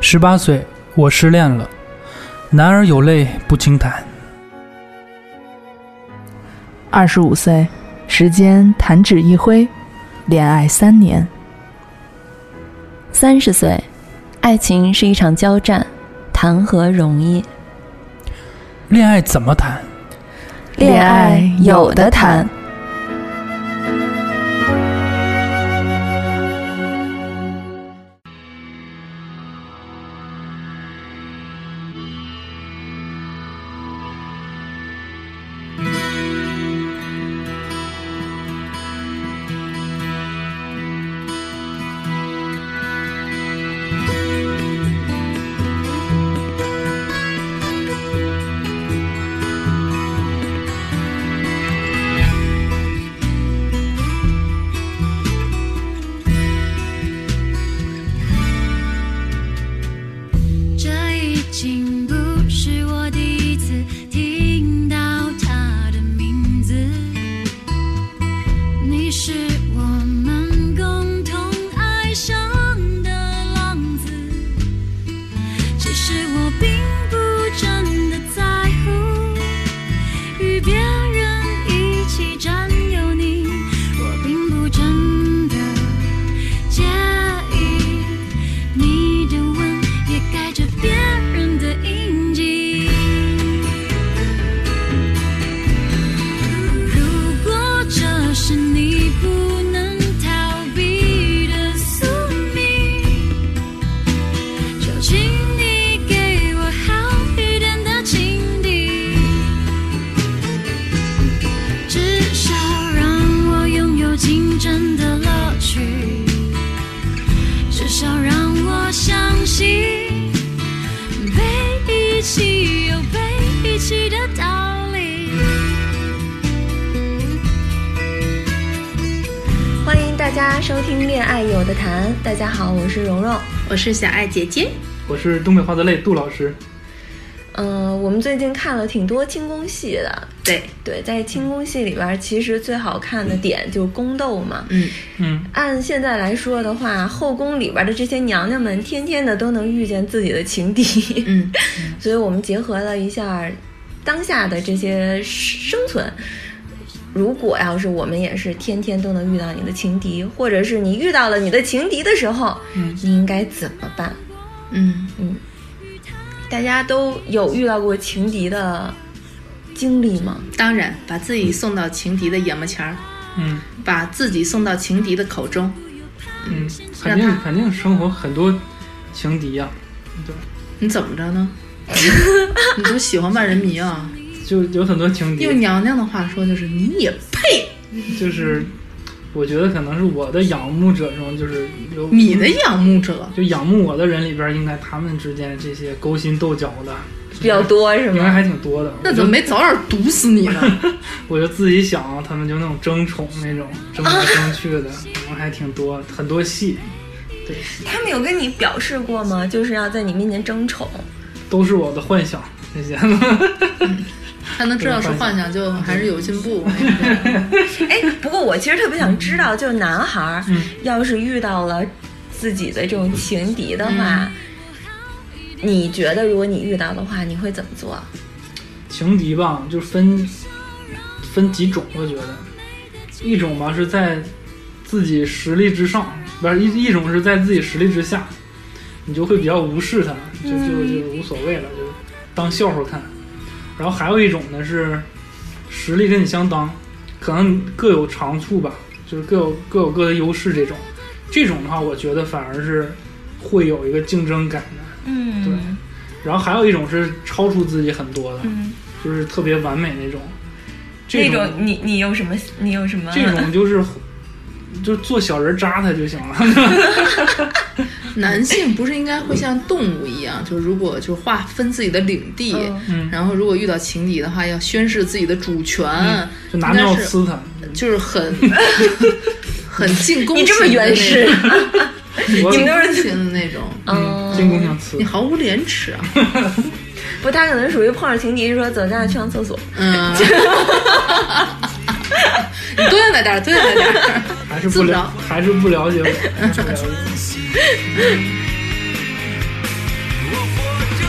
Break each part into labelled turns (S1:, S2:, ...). S1: 十八岁，我失恋了。男儿有泪不轻弹。
S2: 二十五岁，时间弹指一挥，恋爱三年。
S3: 三十岁，爱情是一场交战，谈何容易？
S1: 恋爱怎么谈？
S3: 恋爱有的谈。
S4: 这已经不是我第一次听到他的名字。你是我们共同爱上的浪子，只是我并不真的在乎，与别人一起占有你，我并不真的介意。你的吻也盖着别人的印记。如果这是你不能逃避的宿命，就请你给我好一点的情敌，至少让我拥有竞争的乐趣。至少让我相信，被遗弃有被遗弃的道理。
S5: 欢迎大家收听《恋爱有的谈》，大家好，我是蓉蓉。
S6: 我是小爱姐姐，
S7: 我是东北话的泪杜老师。
S5: 嗯、我们最近看了挺多清宫戏的，
S6: 对，
S5: 对，在清宫戏里边儿，其实最好看的点就是宫斗嘛。
S6: 嗯，
S7: 嗯，
S5: 按现在来说的话，后宫里边的这些娘娘们，天天的都能遇见自己的情敌，
S6: 嗯，
S5: 所以我们结合了一下当下的这些生存。如果要是我们也是天天都能遇到你的情敌，或者是你遇到了你的情敌的时候，
S7: 嗯
S5: 你应该怎么办？
S6: 嗯，
S5: 大家都有遇到过情敌的经历吗？
S6: 当然，把自己送到情敌的眼巴前儿，
S7: 嗯
S6: 把自己送到情敌的口中，
S7: 嗯，肯定
S6: 让他
S7: 肯定生活很多情敌啊呀、
S6: 你怎么着呢？ 你都喜欢万人 迷啊？
S7: 就有很多情
S6: 用
S7: 敌，
S6: 娘娘的话说，就是你也配？
S7: 就是我觉得可能是我的仰慕者中，就是有
S6: 你的仰慕者，
S7: 就仰慕我的人里边，应该他们之间这些勾心斗角的
S5: 比较，多是
S7: 应该
S5: 吗？
S7: 还挺多的。
S6: 那怎么没早点毒死你呢？
S7: 我就自己想，他们就那种争宠那种争来争去的，可能还挺多，很多戏。对，
S5: 他们有跟你表示过吗？就是要在你面前争宠，
S7: 都是我的幻想那些。
S6: 他能知道是幻想，就还是有进步。
S5: 哎，不过我其实特别想知道，就是男孩儿
S7: 嗯
S5: 要是遇到了自己的这种情敌的
S7: 嗯
S5: 话，你觉得如果你遇到的话，你会怎么做？
S7: 情敌吧，就是分分几种，我觉得，一种吧是在自己实力之上，不是一一种是在自己实力之下，你就会比较无视他，就就就无所谓了，就当笑话看。然后还有一种呢是实力跟你相当，可能各有长处吧，就是各有各有各的优势这种。这种的话，我觉得反而是会有一个竞争感的。
S5: 嗯
S7: 对然后还有一种是超出自己很多的，
S5: 嗯，
S7: 就是特别完美那种。这
S5: 那
S7: 种
S5: 种你你有什么？你有什么？
S7: 这 种就是就是做小人扎他就行了。
S6: 男性不是应该会像动物一样，
S5: 嗯
S6: 就如果就划分自己的领地，
S7: 嗯，
S6: 然后如果遇到情敌的话，要宣示自己的主权。
S7: 嗯就拿尿呲他。
S6: 就 是很很进攻
S5: 你
S6: 型
S5: 这
S6: 的
S5: 么
S6: 那种，
S5: 原始，
S7: 我
S5: 你们都
S6: 攻
S5: 是
S6: 型的那种，
S7: 嗯，进攻想
S6: 你
S7: 呲。
S6: 毫无廉耻啊！
S5: 不，他可能属于碰上情敌说走，咱俩去趟厕所。
S6: 嗯，你蹲下来点儿，蹲下来点儿。
S7: 还是不
S6: 自
S7: 了
S6: 找，
S7: 还是不了解我，还是不了解我。
S4: 我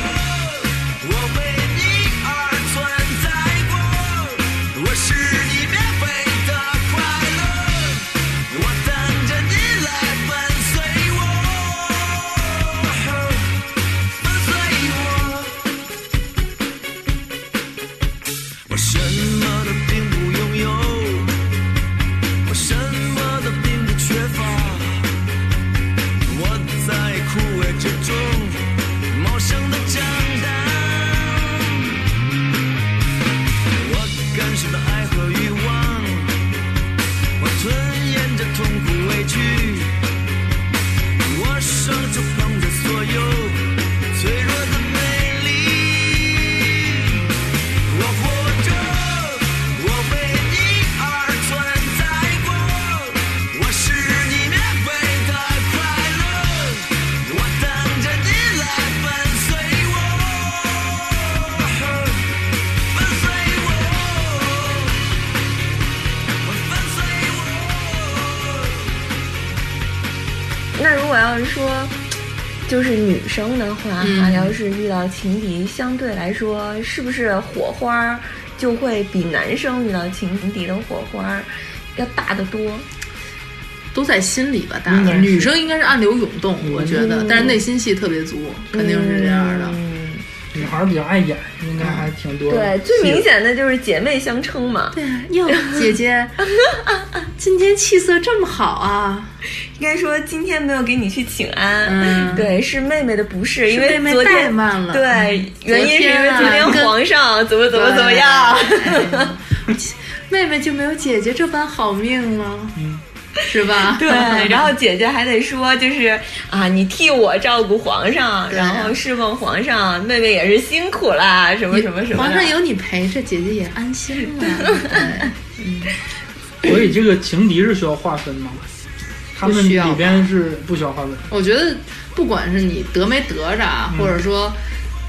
S5: 那如果要是说，就是女生的话，
S6: 嗯
S5: 哈，要是遇到情敌，相对来说，是不是火花儿就会比男生遇到情敌的火花儿要大得多？
S6: 都在心里吧，大
S7: 应该
S6: 的
S7: 是
S6: 女生应该是暗流涌动，我觉
S7: 嗯
S6: 得，但是内心戏特别足，肯定是这样的。
S5: 嗯
S7: 女孩儿比较爱演，应该还挺多的。
S5: 对，最明显的就是姐妹相称嘛，
S6: 对啊，哟，姐姐，今天气色这么好啊！
S5: 应该说今天没有给你去请安，
S6: 嗯
S5: 对，是妹妹的不是，因
S6: 是
S5: 为
S6: 妹妹
S5: 昨
S6: 怠
S5: 天
S6: 慢了嗯
S5: 对，原因是因为昨
S6: 昨天啊
S5: 天
S6: 跟
S5: 皇上怎么怎么怎么
S6: 对
S5: 样，
S6: 哎妹妹就没有姐姐这般好命了，
S7: 嗯
S6: 是吧？
S5: 对，嗯然后姐姐还得说，就是啊，你替我照顾皇上，
S6: 对啊
S5: 然后侍奉皇上，妹妹也是辛苦啦，什么什么什么的。
S6: 皇上有你陪着，姐姐也安心了。对，
S7: 所以这个情敌是需要划分吗？他们
S6: 不需要吧
S7: 里边是不需要划分，
S6: 我觉得不管是你得没得着啊，或者说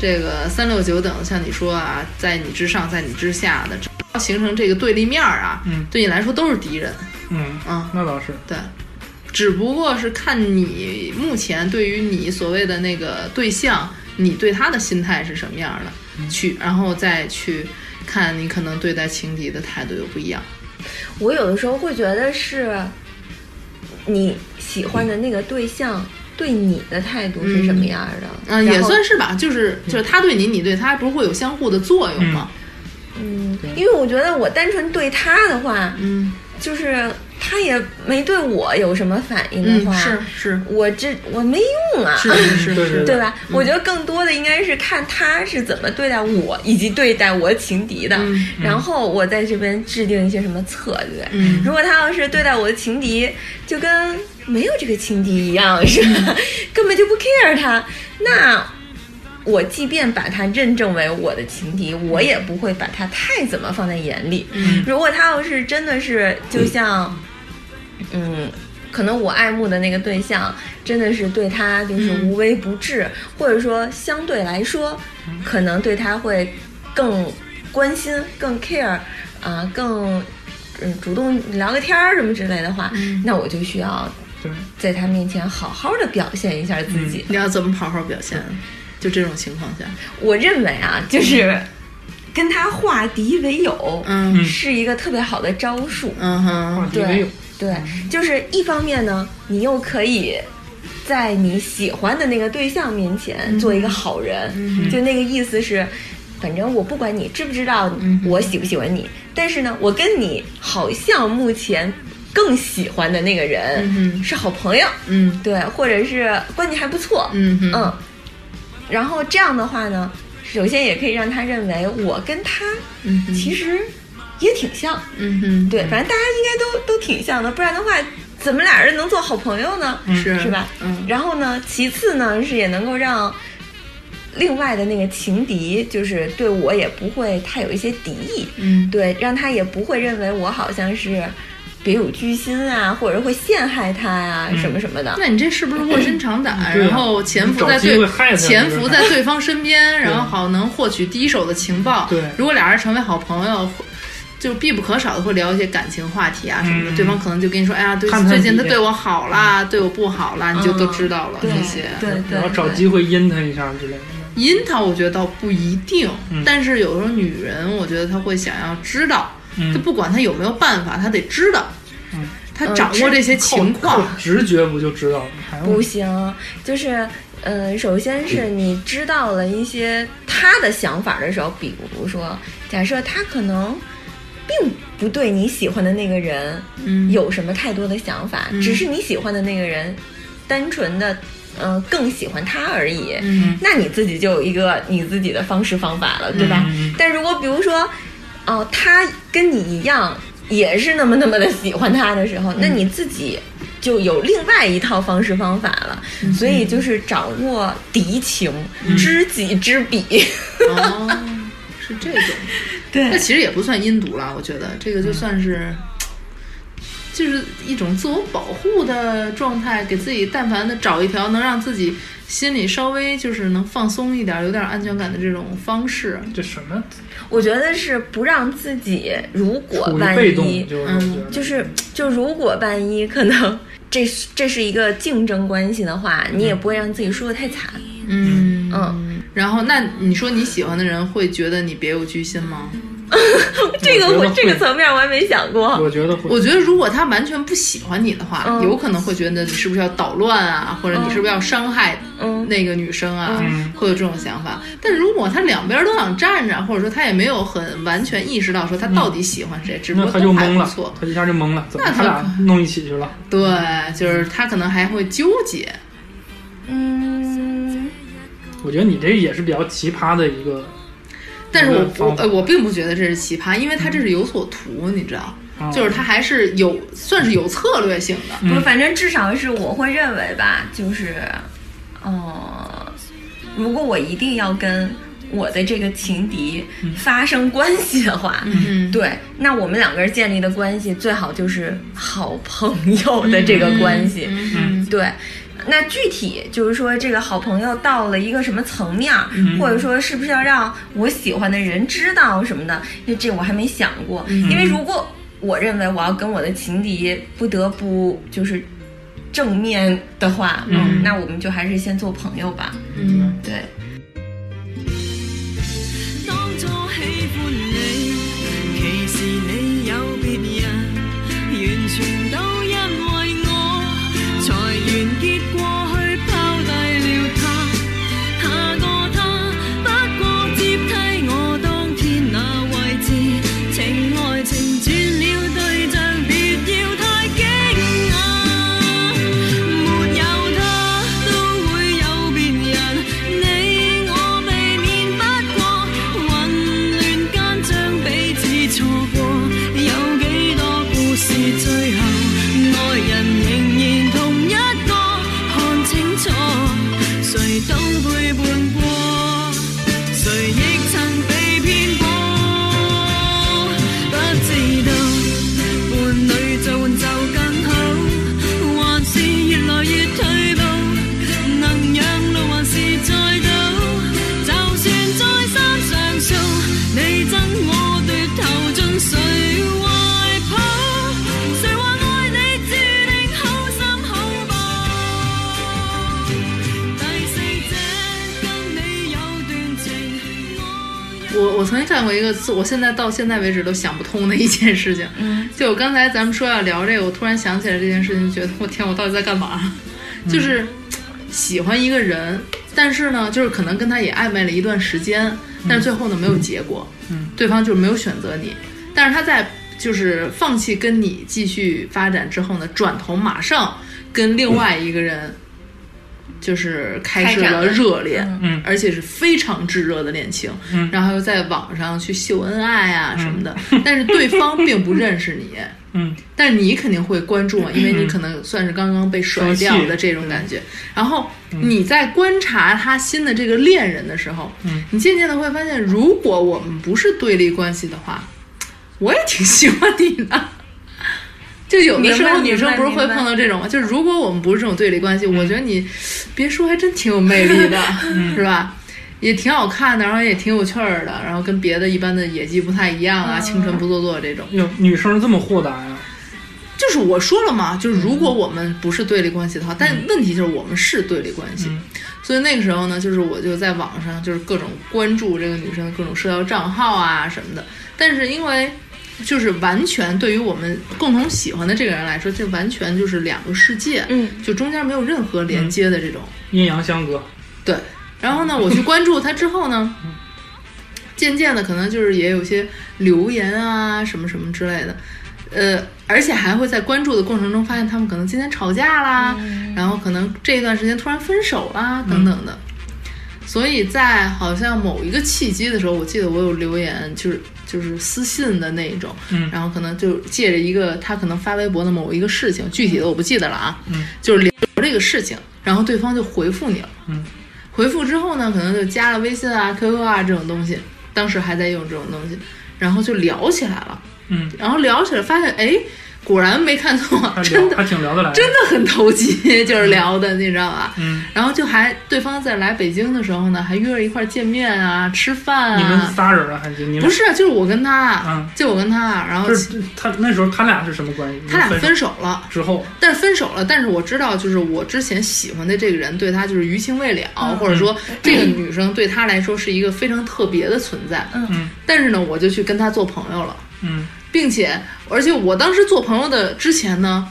S6: 这个三六九等，像你说啊，在你之上，在你之下的，只要形成这个对立面儿啊，
S7: 嗯
S6: 对你来说都是敌人
S7: 嗯，
S6: 啊、
S7: 那倒是，
S6: 对。只不过是看你目前对于你所谓的那个对象，你对他的心态是什么样儿
S7: 嗯
S6: 的，去然后再去看你可能对待情敌的态度又不一样。
S5: 我有的时候会觉得是，你喜欢的那个对象对你的态度是什么样的？
S6: 嗯，
S5: 然
S6: 也
S5: 后
S6: 算是吧，就是
S7: 嗯
S6: 就是他对你，你对他，不是会有相互的作用吗？
S5: 嗯，因为我觉得我单纯对他的话，
S6: 嗯
S5: 就是他也没对我有什么反应的
S6: 嗯，
S5: 话，
S6: 是是
S5: 我这我没用啊。
S6: 是是是
S7: 对对
S6: 是嗯
S5: 对吧？我觉得更多的应该是看他是怎么对待我，以及对待我情敌的，
S6: 嗯
S5: 然后我在这边制定一些什么策略。
S6: 嗯
S5: 如果他要是对待我的情敌，就跟没有这个情敌一样，是吧？
S6: 嗯
S5: 根本就不 care 他，那我即便把他认证为我的情敌，我也不会把他太怎么放在眼里。
S6: 嗯
S5: 如果他要是真的是，就像，嗯。可能我爱慕的那个对象，真的是对他就是
S6: 嗯
S5: 无微不至，或者说相对来说，可能对他会更关心、更 care 啊、更嗯主动聊个天儿什么之类的话，
S6: 嗯
S5: 那我就需要
S7: 对，
S5: 在他面前好好的表现一下自己。
S6: 你要怎么好好表现？就这种情况下，
S5: 我认为啊，就是跟他化敌为友，
S6: 嗯
S5: 是一个特别好的招数。
S6: 嗯
S7: 划
S6: 哼，
S7: 敌为友，
S5: 对，就是一方面呢，你又可以。在你喜欢的那个对象面
S6: 嗯
S5: 前做一个好人，就那个意思是，反正我不管你知不知道
S6: 嗯
S5: 我喜不喜欢你，但是呢，我跟你好像目前更喜欢的那个人
S6: 嗯
S5: 是好朋友，
S6: 嗯
S5: 对，或者是关系还不错，
S6: 嗯哼
S5: 嗯，然后这样的话呢，首先也可以让他认为我跟他
S6: 嗯哼
S5: 其实也挺像，
S6: 嗯哼，
S5: 对，反正大家应该都都挺像的，不然的话，怎么俩人能做好朋友呢？
S6: 是
S5: 是吧？
S6: 嗯
S5: 然后呢，其次呢是也能够让另外的那个情敌，就是对我也不会太有一些敌意，
S6: 嗯
S5: 对，让他也不会认为我好像是别有居心啊，或者会陷害他呀、什么什么的。
S6: 嗯那你这是不是卧薪尝胆，
S7: 对啊
S6: 然后潜伏在
S7: 找机会害
S6: 对
S7: 他
S6: 潜 伏在对方身边，然后好能获取第一手的情报？
S7: 对
S6: 如果俩人成为好朋友，会就必不可少的会聊一些感情话题啊什么的。
S7: 嗯
S6: 对方可能就跟你说：“哎呀，对，
S7: 探探
S6: 最近
S7: 底
S6: 他对我好啦，
S7: 嗯
S6: 对我不好啦，你就都知道了
S5: 嗯对
S6: 这些。”
S5: 对对
S7: 然后找机会阴他一下之类的。
S6: 阴他，我觉得倒不一定，
S7: 嗯
S6: 但是有时候女人，我觉得她会想要知道，
S7: 嗯
S6: 她不管她有没有办法，她得知道，
S7: 嗯呃
S6: 她掌握这些情况，
S7: 靠直觉不就知道了？哎还用
S5: 不行，就是，嗯，首先是你知道了一些他的想法的时候，比如说，假设他可能并不对你喜欢的那个人
S6: 嗯，
S5: 有什么太多的想法，
S6: 嗯
S5: 只是你喜欢的那个人单纯的，呃，更喜欢他而已。
S6: 嗯
S5: 那你自己就有一个你自己的方式方法了，对吧？
S7: 嗯
S5: 但如果比如说，哦、他跟你一样也是那么那么的喜欢他的时
S7: 嗯
S5: 候，那你自己就有另外一套方式方法了。
S7: 嗯
S5: 所以就是掌握敌情，知己知彼。
S6: 哦，是这种，那
S5: 对，
S6: 其实也不算阴毒啦，我觉得这个就算是。就是一种自我保护的状态，给自己但凡的找一条能让自己心里稍微就是能放松一点、有点安全感的这种方式。
S7: 这什么
S5: 我觉得是不让自己，如果
S7: 处于
S5: 万
S7: 被动
S5: 一，嗯
S7: 就是我觉得
S5: 就是就如果万一可能这是这是一个竞争关系的话，你也
S7: 嗯
S5: 不会让自己输得太惨。
S6: 嗯
S5: 嗯，
S6: 然后那你说你喜欢的人会觉得你别有居心吗？
S5: 这个
S7: 我觉
S5: 我
S7: 得会
S5: 这个层面我还没想过。
S7: 我觉得会
S6: 我觉得如果他完全不喜欢你的话，
S5: 嗯
S6: 有可能会觉得你是不是要捣乱啊，或者你是不是要伤害
S5: 嗯
S6: 那个女生啊，
S7: 嗯
S6: 会有这种想法。但如果他两边都想站着，或者说他也没有很完全意识到说他到底喜欢谁，只
S7: 嗯
S6: 不
S7: 那
S6: 过
S7: 他
S6: 都
S7: 就
S6: 还
S7: 懵
S6: 不
S7: 了
S6: 错，，
S7: 他一下就懵了，怎么
S6: 那
S7: 他
S6: 他
S7: 俩弄一起去了？
S6: 对，就是他可能还会纠结。
S5: 嗯，
S7: 我觉得你这也是比较奇葩的一个，
S6: 但是
S7: 一个
S6: 我我
S7: 方法
S6: 呃我并不觉得这是奇葩，因为
S7: 嗯
S6: 他这是有所图，你知道，
S7: 啊
S6: 就是他还是有算是有策略性的。
S7: 嗯
S5: 不，反正至少是我会认为吧，就是，呃，如果我一定要跟我的这个情敌发生关系的话，
S6: 嗯，
S5: 对，那我们两个人建立的关系最好就是好朋友的这个关系。
S6: 嗯
S5: 对，那具体就是说，这个好朋友到了一个什么层面儿，或者说是不是要让我喜欢的人知道什么的，那这我还没想过。因为如果我认为我要跟我的情敌不得不就是正面的话，
S7: 嗯
S5: 那我们就还是先做朋友吧。
S6: 嗯
S5: 对，
S8: 当初喜欢你，其实你有别人，完全都因为我才完结过去，抛低了他。下个他不过接替我当天那位置，情爱情转了对象，别要太惊讶。没有他都会有别人，你我未免不过混乱间将彼此错过。有几多故事最后爱人仍然同一个，看清楚谁都背叛过，谁亦曾被骗过，不知道。伴侣做就更好，還是越來越退步，能養老還是再賭，就算再三上訴，你憎我對頭進誰懷抱？誰話愛你注定好心好報？第四者跟你有段情，我有。
S6: 我我曾经干过一个，我现在到现在为止都想不通的一件事情。嗯，就我刚才咱们说要聊这个，我突然想起来这件事情，觉得我天，我到底在干嘛？就是喜欢一个人，但是呢，就是可能跟他也暧昧了一段时间，但是最后呢没有结果，
S7: 嗯，
S6: 对方就是没有选择你，但是他在就是放弃跟你继续发展之后呢，转头马上跟另外一个人。就是开始
S5: 开展
S6: 了
S5: 了
S6: 热恋，
S7: 嗯
S6: 而且是非常炙热的恋情，
S7: 嗯
S6: 然后又在网上去秀恩爱啊什么的，但是对方并不认识你，
S7: 嗯，
S6: 但是你肯定会关注嘛，因为你可能算是刚刚被甩掉的这种
S7: 嗯
S6: 感觉。然后你在观察他新的这个恋人的时候，
S7: 嗯
S6: 你渐渐的会发现，如果我们不是对立关系的话，我也挺喜欢你的。 就有的时候
S5: 明白
S6: 女生不是
S5: 明
S6: 会
S5: 白嗯
S6: 碰到这种吗？就是如果我们不是这种对立关系，我觉得你别说还真挺有魅力 的，是吧？
S5: 嗯
S6: 也挺好看的，然后也挺有趣儿的，然后跟别的一般的野鸡不太一样
S5: 哦
S6: 啊，清纯不做作这种。
S7: 哟，女生这么豁达呀？
S6: 就是我说了嘛，就是如果我们不是对立关系的话，但问题就是我们是对立关系，
S7: 嗯
S6: 所以那个时候呢，就是我就在网上就是各种关注这个女生的各种社交账号啊什么的，但是因为就是完全对于我们共同喜欢的这个人来说，这完全就是两个世界，
S5: 嗯，
S6: 就中间没有任何连接的这种。
S7: 阴阳相隔，
S6: 对，然后呢，我去关注他之后呢，渐渐的可能就是也有些留言啊什么什么之类的，呃，而且还会在关注的过程中发现他们可能今天吵架啦，然后可能这一段时间突然分手啦等等的。所以在好像某一个契机的时候，我记得我有留言，就是就是私信的那一种，
S7: 嗯
S6: 然后可能就借着一个他可能发微博的某一个事情，具体的我不记得了啊，
S7: 嗯
S6: 就是聊这个事情，然后对方就回复你了，
S7: 嗯，
S6: 回复之后呢，可能就加了微信啊、QQ 啊这种东西，当时还在用这种东西，然后就聊起来了，
S7: 嗯
S6: 然后聊起来发现，哎，果然没看错
S7: 还，
S6: 真
S7: 聊
S6: 的
S7: 还挺聊得来的，
S6: 真的很投机，就是聊的，你知道吧？
S7: 嗯，
S6: 然后就还对方在来北京的时候呢，还约着一块儿见面啊，吃饭啊。
S7: 你们仨人啊，还是你俩
S6: 不？是，就是我跟他，
S7: 嗯
S6: 就我跟他，然后
S7: 就是他那时候他俩是什么关系？
S6: 他俩
S7: 分手
S6: 分手了。
S7: 之后，
S6: 但是分手了，但是我知道，就是我之前喜欢的这个人对他就是余情未了，
S7: 嗯
S6: 或者说这个女生对他来说是一个非常特别的存在。
S7: 嗯，
S6: 但是呢，我就去跟他做朋友了，
S7: 嗯
S6: 并且，而且我当时做朋友的之前呢，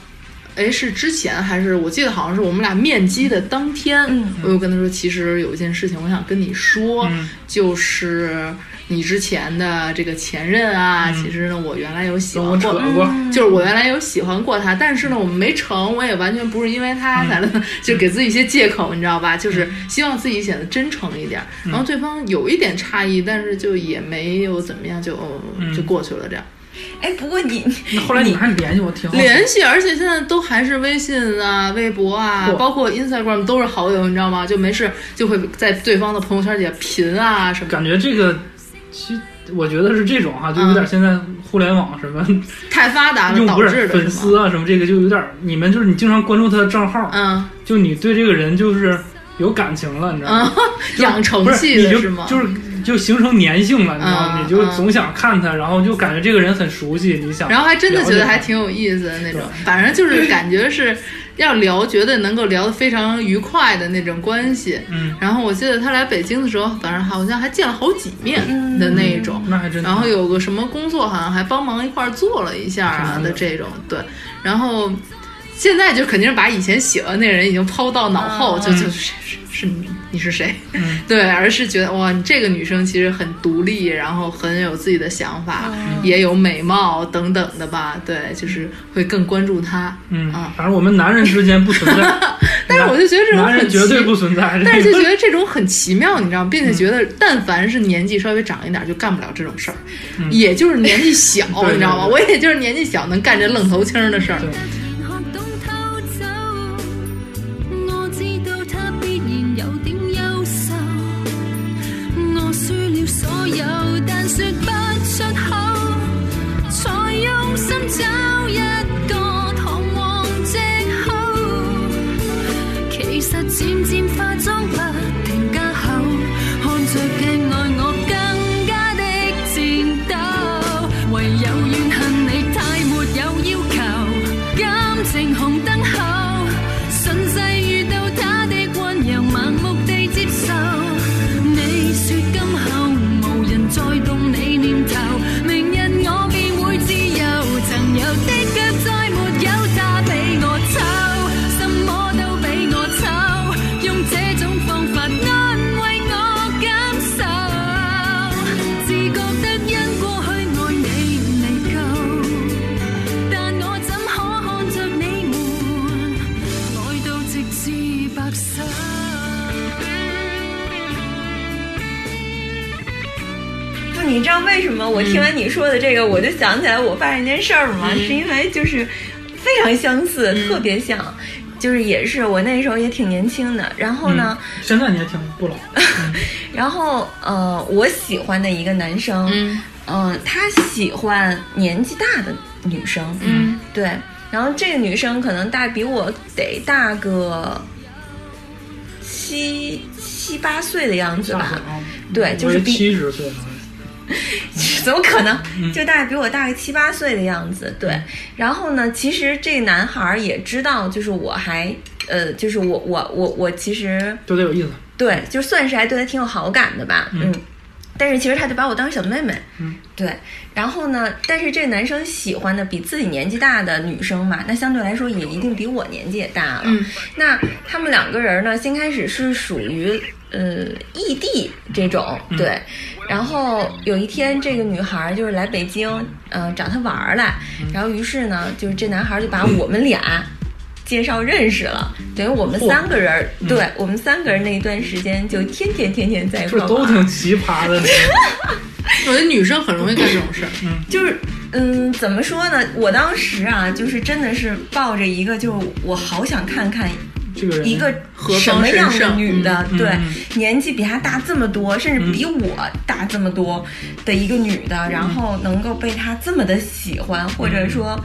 S6: 哎，是之前还是我记得好像是我们俩面基的当天，
S9: 嗯
S6: 我就跟他说，其实有一件事情我想跟你说，
S7: 嗯
S6: 就是你之前的这个前任啊，
S7: 嗯
S6: 其实呢，我原来有喜
S7: 跟
S6: 欢
S7: 我
S6: 过
S7: 扯过，
S6: 就是我原来有喜欢过他，但是呢，我们没成，我也完全不是因为他
S7: 嗯
S6: 才能，就给自己一些借口，你知道吧？就是希望自己显得真诚一点。然后
S7: 嗯
S6: 对方有一点诧异，但是就也没有怎么样，就、哦
S7: 嗯
S6: 就过去了，这样
S5: 哎，不过你
S7: 那后来你们还联系我，挺好。
S6: 联系，而且现在都还是微信啊、微博啊，
S7: 嚯
S6: 包括 Instagram 都是好友，你知道吗？就没事就会在对方的朋友圈里频啊什么的，
S7: 感觉这个，其实我觉得是这种哈，就有点现在互联网什么
S6: 太发达了
S7: 用
S6: 导
S7: 不
S6: 致
S7: 是
S6: 的，
S7: 粉
S6: 是吗？
S7: 丝啊什么，这个就有点儿你们就是你经常关注他的账号，
S6: 嗯，
S7: 就你对这个人就是有感情了，你知道吗？就是
S6: 啊 养成
S7: 不是
S6: 系
S7: 你
S6: 的
S7: 就是
S6: 吗？
S7: 就是就形成粘性了，你知道吗？
S6: 嗯
S7: 你就
S6: 嗯
S7: 总想看他，然后就感觉这个人很熟悉，你想，
S6: 然后还真的觉
S7: 了解
S6: 得
S7: 他
S6: 还挺有意思的那种，反正就是感觉是要聊，觉得能够聊得非常愉快的那种关系。
S7: 嗯，
S6: 然后我记得他来北京的时候，反正好像还见了好几面
S7: 嗯
S6: 的那一种。
S7: 那还真挺
S6: 然后有个什么工作，好像还帮忙一块儿做了一下
S7: 挺
S6: 啊
S7: 难得
S6: 的这种，对。然后现在就肯定是把以前喜欢那人已经抛到脑后，就就是谁是是你你是谁？
S7: 啊嗯
S6: 对，而是觉得哇，你这个女生其实很独立，然后很有自己的想
S7: 哦
S6: 法，也有美貌等等的吧。对，就是会更关注她。
S7: 嗯
S6: 啊，
S7: 反正我们男人之间不存在，
S6: 但是我就觉得这种
S7: 男人
S6: 很奇
S7: 绝对不存在，
S6: 但是就觉得这种很奇妙，你知道吗？并且觉得，但凡是年纪稍微长一点，就干不了这种事儿，
S7: 嗯
S6: 也就是年纪小，
S7: 对
S6: 你知道吗？
S7: 对
S6: 我也就是年纪小，能干这愣头青儿的事儿。
S7: 对
S3: 停學懂偷走，我知道他必然有點優秀。我輸了所有，但說不出口，才用心找一個堂皇藉口。其實漸漸化妝不停加厚，看着鏡外我更加的戰鬥，唯有怨恨你太沒有要求。感情紅燈後，順勢遇到他的温柔，盲目地接受。你說今後無人再動你念頭，明日我便會自由。曾有的腳再沒有，他比我醜，什麼都比我醜，用這種方法安慰我感受，自覺得因過去愛你未夠。但我怎可看着你們來到直至白首？
S5: 就你知道为什么我听完你说的这个，我就想起来我发生一件事儿吗？是因为就是非常相似，特别像，就是也是我那时候也挺年轻的。然后呢，
S7: 嗯现在你也挺不老，
S5: 然后呃，我喜欢的一个男生，
S6: 嗯
S5: 嗯、他喜欢年纪大的女生，
S6: 嗯
S5: 对。然后这个女生可能大比我得大个七七八岁的样子
S7: 大
S5: 吧，
S7: 岁啊，
S5: 对就是比
S7: 七十岁了，
S5: 怎么可能
S7: 嗯？
S5: 就大概比我大个七八岁的样子。对，然后呢，其实这个男孩儿也知道，就是我还呃，就是我我我我其实
S7: 就得有意思，
S5: 对，就算是还对他挺有好感的吧，
S7: 嗯
S5: 嗯。但是其实他就把我当小妹妹，
S7: 嗯，
S5: 对。然后呢，但是这个男生喜欢的比自己年纪大的女生嘛，那相对来说也一定比我年纪也大了。
S6: 嗯
S5: 那他们两个人呢，先开始是属于呃异地这种，
S7: 嗯
S5: 对。然后有一天，这个女孩儿就是来北京，呃，找他玩儿来。
S7: 嗯
S5: 然后于是呢，就是这男孩儿就把我们俩介绍认识了，等于我们
S7: 嚯
S5: 三个人儿，
S7: 嗯
S5: 对我们三个人那一段时间就天天天天
S6: 哎
S5: 在一
S7: 就
S5: 块
S7: 是
S5: 儿
S7: 都
S5: 玩
S7: 挺奇葩 的，
S6: 我觉得女生很容易干这种事儿。
S5: 就是，嗯，怎么说呢？我当时啊，就是真的是抱着一个，就是我好想看看
S7: 这个人
S5: 一个
S6: 何
S5: 什
S6: 方
S5: 么
S6: 神
S5: 样的
S6: 圣
S5: 女的，
S7: 嗯
S5: 对，
S7: 嗯
S5: 年纪比她大这么多，甚至比
S6: 嗯
S5: 我大这么多的一个女的，然后能够被她这么的喜欢，或者说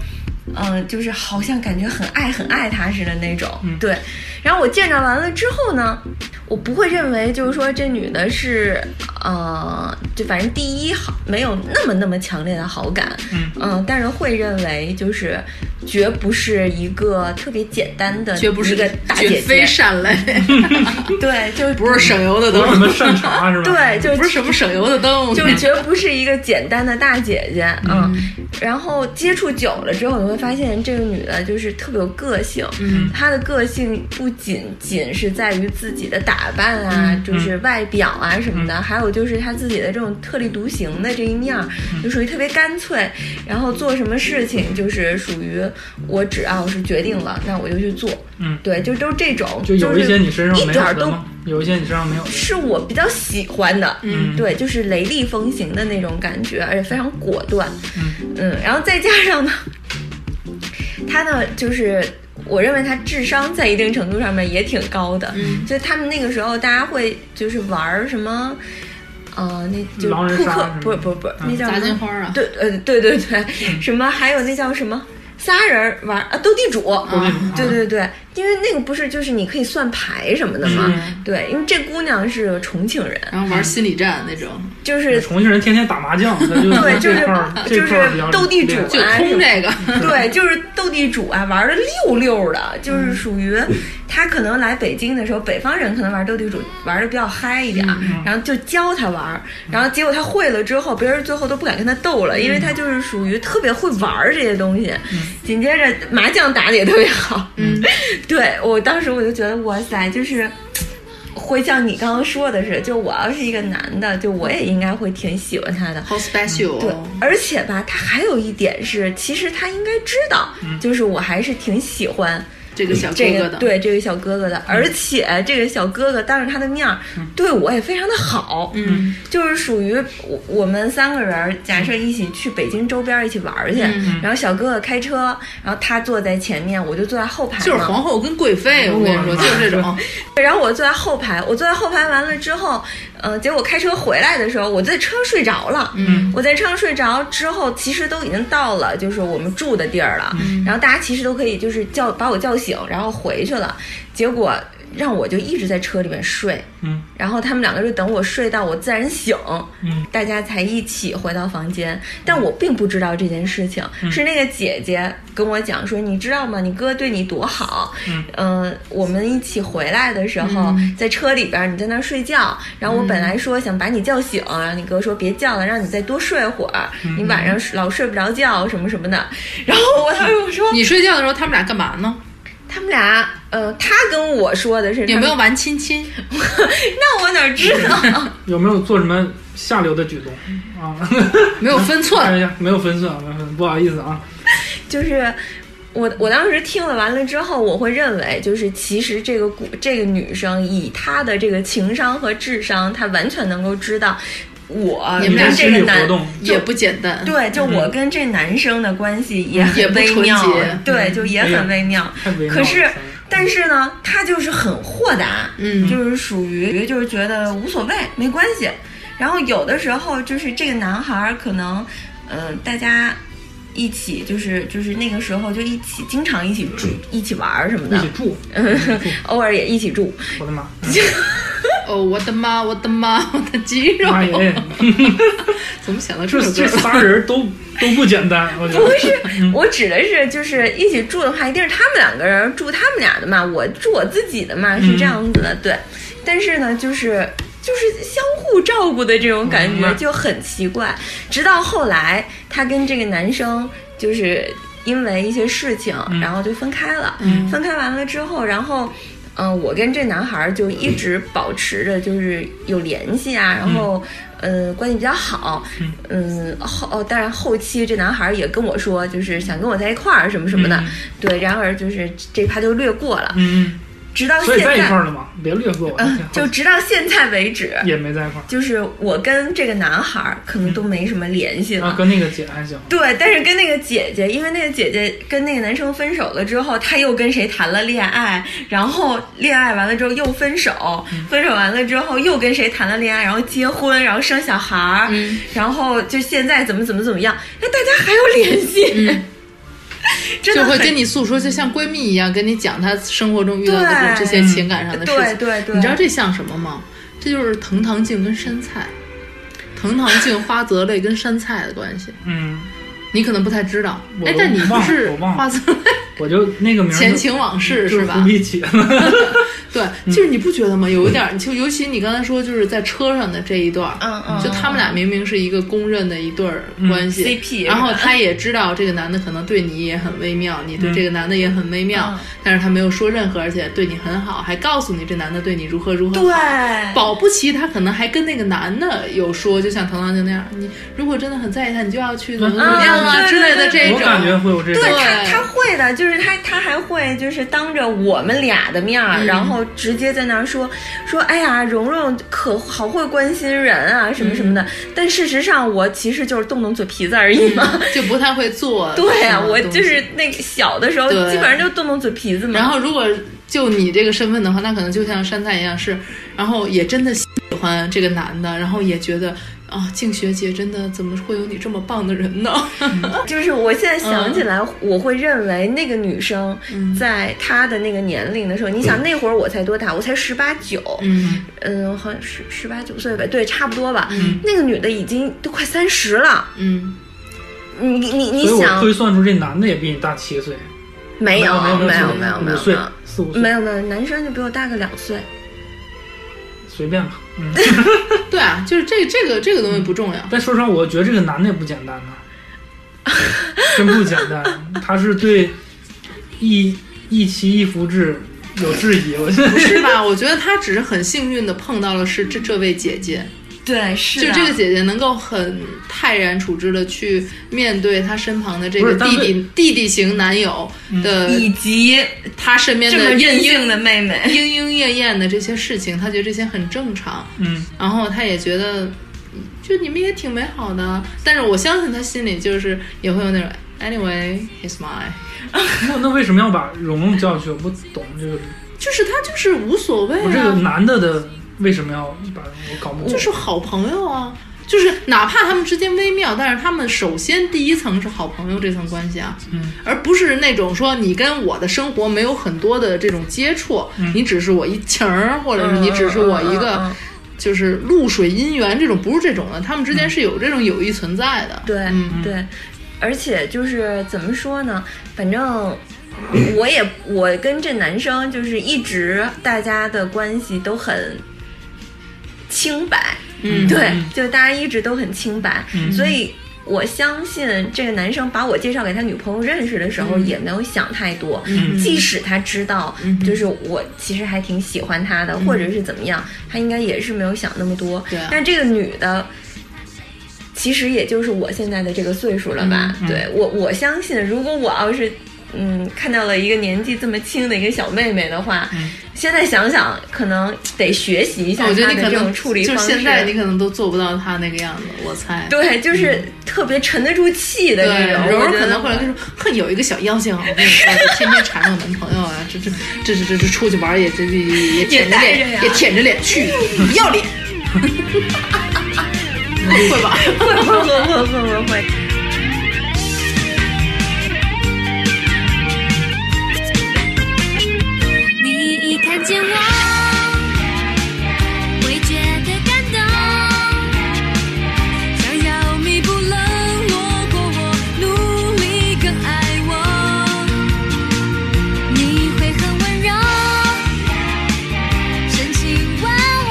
S5: 嗯，就是好像感觉很爱很爱他似的那种。
S7: 嗯
S5: 对，然后我见着完了之后呢，我不会认为就是说这女的是，呃，就反正第一好没有那么那么强烈的好感，
S7: 嗯
S5: 但是会认为就是绝不是一个特别简单的，
S6: 绝不是
S5: 一个大姐
S6: 绝非
S5: 姐，
S6: 善类，
S5: 对，就是
S6: 不是省油的
S7: 不是什
S6: 灯，
S7: 么善茬是吧？
S5: 对，就是
S6: 不是什么省油的灯，
S5: 就绝不是一个简单的大姐姐，嗯，然后接触久了之后，你会发现这个女的就是特别有个性，
S6: 嗯
S5: 她的个性不仅仅是在于自己的打扮啊，
S7: 嗯
S5: 就是外表啊什么的，还有就是她自己的这种特立独行的这一面儿，
S7: 嗯
S5: 就属于特别干脆，然后做什么事情就是属于我只要是决定了，那我就去做，
S7: 嗯
S5: 对，就都是这种，
S7: 就有一些你身上没
S5: 就是一点儿
S7: 有的
S5: 都
S7: 吗？有一些你身上没有的。
S5: 是我比较喜欢的，
S7: 嗯
S5: 对，就是雷厉风行的那种感觉，而且非常果断，
S7: 嗯
S5: 然后再加上呢， 他呢就是我认为他智商在一定程度上面也挺高的，
S6: 嗯
S5: 所以他们那个时候大家会就是玩儿什么，呃，那就
S7: 狼人
S5: 扑
S7: 杀
S5: 克
S7: 什么，嗯
S5: 不是不是不是，那叫
S6: 砸
S5: 什
S6: 金
S5: 么？
S6: 花啊，
S5: 对，呃，对对对，什么还有那叫什么仨人儿玩儿啊，嗯斗地主，啊
S7: 嗯
S5: 对对对，因为那个不是就是你可以算牌什么的嘛，对，因为这姑娘是重庆人，
S6: 然后玩心
S7: 嗯
S6: 理战那种，
S5: 就是
S7: 重庆人天天打麻将，他就
S5: 对就是
S7: 嗯这块儿
S5: 就是
S7: 这块儿比较
S5: 斗地主啊
S7: 厉害嗯
S6: 就通这个，
S5: 对，就是斗地主啊，玩的溜溜的，
S7: 嗯
S5: 就是属于他可能来北京的时候，北方人可能玩斗地主玩的比较嗨一点
S7: 嗯
S5: 儿，然后就教他玩儿，然后结果他会了之后，别人最后都不敢跟他斗了，因为
S7: 嗯
S5: 他就是属于特别会玩儿这些东西。紧接着麻将打的也特别好，
S6: 嗯，
S5: 对我当时我就觉得哇塞，就是。会像你刚刚说的是，就我要是一个男的，就我也应该会挺喜欢他的。
S6: 好 special，
S5: 对
S6: 哦，
S5: 而且吧，他还有一点是，其实他应该知道，就是我还是挺喜欢
S6: 这个嗯小哥
S5: 这
S6: 哥
S5: 个
S6: 的，嗯
S5: 对这个小哥哥的，而且这个小哥哥当着他的面儿对我也非常的好，
S6: 嗯
S5: 就是属于我我们三个人儿，假设一起去北京周边儿一起玩儿去，
S6: 嗯
S5: 然后小哥哥开车，然后他坐在前面，我就坐在后排嘛，
S6: 就是皇后跟贵妃，我跟你说，就是这种，
S5: 然后我坐在后排，我坐在后排完了之后，呃，结果开车回来的时候，我在车上睡着了。
S6: 嗯，
S5: 我在车上睡着之后，其实都已经到了就是我们住的地儿了。然后大家其实都可以就是叫把我叫醒，然后回去了。结果让我就一直在车里面睡，
S7: 嗯，
S5: 然后他们两个就等我睡到我自然醒，
S7: 嗯，
S5: 大家才一起回到房间。但我并不知道这件事情，
S7: 嗯
S5: 是那个姐姐跟我讲说，你知道吗？你哥对你多好，
S7: 嗯
S5: 呃我们一起回来的时候，在车里边儿你在那儿睡觉，然后我本来说想把你叫醒，然后你哥说别叫了，让你再多睡会儿，
S7: 嗯
S5: 你晚上老睡不着觉什么什么的。然后我当时我说，
S6: 你睡觉的时候他们俩干嘛呢？
S5: 他们俩，呃，他跟我说的是
S6: 有没有
S5: 他们？
S6: 玩亲亲？
S5: 那我哪知 道？
S7: 有没有做什么下流的举动啊？
S6: 没有分
S7: 看一
S6: 寸，
S7: 下，没有分寸啊，没有分寸不好意思啊。
S5: 就是我我当时听了完了之后，我会认为就是其实这个古这个女生以她的这个情商和智商，她完全能够知道我
S6: 你
S5: 跟
S6: 们俩
S5: 哎这
S7: 心
S5: 个
S7: 理活
S5: 男。
S7: 动，
S6: 也不简单，
S5: 对，就我跟这男生的关系也
S6: 嗯也
S5: 很
S6: 不
S5: 微
S6: 纯
S5: 妙
S6: 洁，
S5: 对，就也
S7: 哎呀
S5: 很微妙。
S7: 太微妙了。
S5: 可是，但是呢，他就是很豁达，
S6: 嗯
S5: 就是属于就是觉得无所谓，没关系。然后有的时候就是这个男孩儿可能，呃，大家一起就是就是那个时候就一起经常一起住一起玩儿什么
S7: 一
S5: 的
S7: 起，住，
S5: 呃偶尔也一起住。
S7: 我 的妈，
S6: 哦，我的妈，我的妈，我的肌肉，
S7: 妈耶！
S6: 怎么想到
S7: 这
S6: 首
S7: 这
S6: 歌？
S7: 仨人都都不简单，我觉得。
S5: 不是，我指的是就是一起住的话，一定是他们两个人住他们俩的嘛，我住我自己的嘛，是这样子的，对。但是呢，就是就是相互照顾的这种感
S7: 明白
S5: 觉就很奇怪。直到后来，她跟这个男生就是因为一些事情，然后就分开了。
S6: 嗯
S5: 分开完了之后，然后。嗯、我跟这男孩儿就一直保持着就是有联系啊，然后，呃，关系比较好，嗯，后哦，当然后期这男孩儿也跟我说，就是想跟我在一块儿什么什么的，
S7: 嗯
S5: 对，然而就是这趴就略过了，
S7: 嗯，
S5: 直到
S7: 所
S5: 现
S7: 以在一块
S5: 在，
S7: 儿了嘛，别略过我。
S5: 嗯，就直到现在为止，
S7: 也没在一块儿。
S5: 就是我跟这个男孩儿可能都没什么联系
S7: 啊，
S5: 了。
S7: 跟那个姐还行。
S5: 对，但是跟那个姐姐，因为那个姐姐跟那个男生分手了之后，她又跟谁谈了恋爱，然后恋爱完了之后又分手，
S6: 嗯
S5: 分手完了之后又跟谁谈了恋爱，然后结婚，然后生小孩儿，
S6: 嗯
S5: 然后就现在怎么怎么怎么样，哎，大家还有联系。 真的
S6: 嗯就会
S5: 很
S6: 跟你诉说，就像闺蜜一样，跟你讲她生活中遇到的
S5: 对
S6: 这这些情感上的事
S5: 对
S6: 情。
S5: 对对，
S6: 你知道这像什么吗？这就是藤堂静跟杉菜，藤堂静、花泽类跟杉菜的关系，
S7: 嗯，
S6: 你可能不太知道
S7: 我。
S6: 哎，但你不是
S7: 我忘了
S6: 花泽类
S7: 我就那个名儿
S6: 前
S7: 就
S6: 情往事
S7: 就是嗯是
S6: 吧
S7: 胡？逼起的，
S6: 对，就是你不觉得吗？有一点儿，就尤其你刚才说，就是在车上的这一段儿，
S5: 嗯嗯，
S6: 就他们俩明明是一个公认的一对儿
S7: 嗯
S6: 关系、
S5: CP
S6: 然后他也知道这个男的可能对你也很微妙，你对
S7: 嗯
S6: 这个男的也很微妙，
S5: 嗯
S6: 但是他没有说任何，而且对你很好，还告诉你这男的对你如何如何好。
S5: 对，
S6: 保不齐他可能还跟那个男的有说，就像唐唐就那样，你如果真的很在意他，你就要去怎么怎么样啊、
S5: 嗯
S6: 之类的这种。
S7: 我感觉会有这种。
S5: 对
S6: 对
S5: 他，他会的，就是他，他还会就是当着我们俩的面儿，
S6: 嗯
S5: 然后直接在那儿说说，哎呀，蓉蓉可好会关心人啊，什么什么
S6: 嗯
S5: 的。但事实上，我其实就是动动嘴皮子而已嘛。
S6: 就不太会做。
S5: 对
S6: 呀、
S5: 啊，我就是 那个小的时候，
S6: 对
S5: 基本上就动动嘴皮子嘛。
S6: 然后，如果就你这个身份的话，那可能就像山菜一样是，然后也真的喜欢这个男的，然后也觉得啊，静学姐真的怎么会有你这么棒的人呢？
S5: 就是我现在想
S6: 嗯
S5: 起来，我会认为那个女生在她的那个年龄的时候，你想那会儿我才多大？我才十八九，
S6: 嗯，
S5: 嗯，好像十十八九岁吧，对，差不多吧。那个女的已经都快三十了，
S6: 嗯，
S5: 你你
S7: 所以
S5: 你
S7: 我
S5: 想
S7: 推算出这男的也比你大七岁，
S5: 没有
S7: 没有
S5: 没有
S7: 有
S5: 没有没
S7: 五
S5: 有
S7: 岁四五
S5: 没
S7: 岁
S5: 有没有，男生就比我大个两岁，
S7: 随便吧，嗯。
S6: 对啊，就是这这个这个东西不重要。
S7: 但说实话，我觉得这个男的也不简单呐、 真不简单。他是对一一妻一夫制有质疑，我觉得
S6: 不是吧？我觉得他只是很幸运的碰到了是这这位姐姐，
S5: 对，是
S7: 啊
S6: 就这个姐姐能够很泰然处之的去面对她身旁的这
S7: 不
S6: 个
S7: 是但嗯
S6: 弟
S7: 为
S6: 弟弟弟型男友的，
S5: 及
S6: 他身边的艳英
S5: 妹妹，
S6: 莺莺燕燕的这些事情，他觉得这些很正常，
S7: 嗯，
S6: 然后他也觉得，嗯就你们也挺美好的，但是我相信他心里就是也会有那种，anyway he's mine，
S7: 那那为什么要把蓉蓉叫去？我不懂这个，
S6: 就是他就是无所谓
S7: 我这个
S6: 啊，
S7: 男的的为什么要把我搞不懂？
S6: 就是好朋友啊。就是哪怕他们之间微妙，但是他们首先第一层是好朋友这层关系啊，
S7: 嗯，
S6: 而不是那种说你跟我的生活没有很多的这种接触，你只是我一情儿，或者是你只是我一个，
S5: 嗯嗯嗯嗯
S6: 就是露水姻缘这种，不是这种的，他们之间是有这种友谊存在的。
S5: 对、
S6: 嗯，
S5: 对，而且就是怎么说呢，反正。我也我跟这男生就是一直大家的关系都很清白，
S6: 嗯
S5: 对，就大家一直都很清白，所以我相信这个男生把我介绍给他女朋友认识的时候，
S6: 嗯
S5: 也没有想太多。即使他知道，就是我其实还挺喜欢他的，或者是怎么样，他应该也是没有想那么多
S6: 嗯对啊。
S5: 但这个女的。其实也就是我现在的这个岁数了吧？
S6: 嗯
S5: 对我，我相信，如果我要是，嗯，看到了一个年纪这么轻的一个小妹妹的话，现在想想，可能得学习一下
S6: 嗯我
S5: 她
S6: 觉得你
S5: 的
S6: 可
S5: 这种
S6: 能
S5: 处理
S6: 就
S5: 方
S6: 是
S5: 式。
S6: 现在你可能都做不到他那个样子，我猜。
S5: 对，就是特别沉得住气的
S6: 嗯对
S5: 那，种。
S6: 柔
S5: 我
S6: 柔
S5: 觉得
S6: 可能会来跟你说，哼，有一个小妖精，啊我跟你说，就天天缠着我男朋友啊，这这这这这这出去玩也这这也也舔着
S5: 带
S6: 脸
S5: 着呀
S6: 也舔着脸去，不要脸，会吧？
S5: 会会 会会会会。
S4: 你一看见我，会觉得感动，想要弥补冷落过我，努力更爱我。你会很温柔，深情吻我，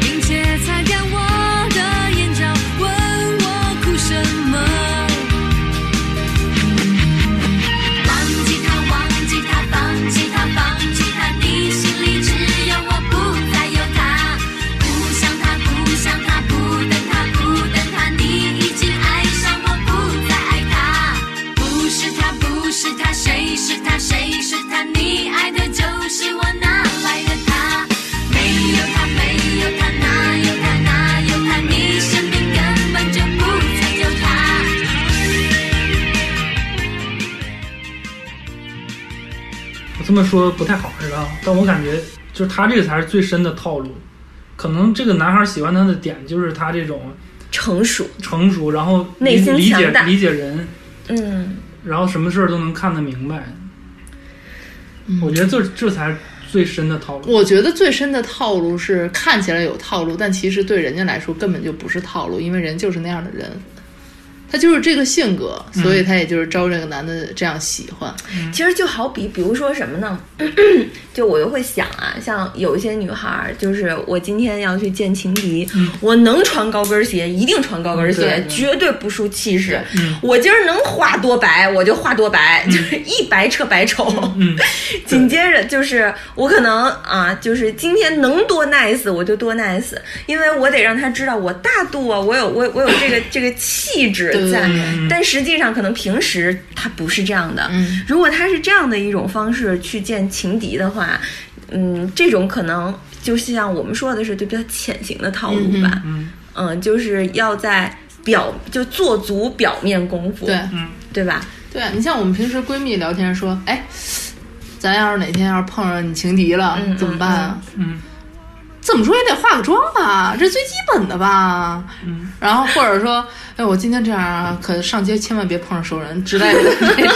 S4: 并且擦干我的眼角，问我哭什么。忘记他，忘记他，放弃他，放弃他，你心里只有我，不再有他。不想他，不想他，不等他，不等他，你已经爱上我，不再爱他。不是他，不是他，谁是他，谁是他？你爱的就是我，哪来的他？没有他，没有他，哪有他，哪有他？你生命根本就不曾有他。
S7: 我这么说不太好是吧？但我感觉就是他这个才是最深的套路。可能这个男孩喜欢他的点就是他这种
S5: 成熟，
S7: 成熟，然后
S5: 内
S7: 理
S5: 心
S7: 理解
S5: 强大
S7: 理解人，
S5: 嗯，
S7: 然后什么事儿都能看得明白。我觉得这这才是最深的套路。
S6: 嗯我觉得最深的套路是看起来有套路，但其实对人家来说根本就不是套路，因为人就是那样的人，他就是这个性格，所以他也就是招这个男的这样喜欢。
S7: 嗯
S5: 其实就好比，比如说什么呢？ 就我就会想啊，像有一些女孩儿，就是我今天要去见情敌，
S7: 嗯
S5: 我能穿高跟鞋，一定穿高跟鞋，
S6: 对对
S5: 绝对不输气势。
S7: 嗯
S5: 我今儿能化多白，我就化多白，就是一白遮百丑。
S7: 嗯，
S5: 紧接着就是我可能啊，就是今天能多 nice 我就多 nice，因为我得让他知道我大度啊，我有我我有这个这个气质
S6: 对
S5: 在
S7: 嗯。
S5: 但实际上可能平时他不是这样的。
S6: 嗯
S5: 如果他是这样的一种方式去见情敌的话，嗯，这种可能就像我们说的是对比较潜行的套路吧。
S7: 嗯
S5: 嗯，就是要在表就做足表面功夫，
S6: 对
S7: 嗯
S5: 对吧？
S6: 对啊你像我们平时闺蜜聊天说，哎，咱要是哪天要是碰上你情敌了，
S5: 嗯
S6: 怎么办啊？
S7: 嗯
S6: 怎么说也得化个妆吧，这最基本的吧。
S7: 嗯，
S6: 然后或者说，哎，我今天这样啊，可上街千万别碰上熟人之类的这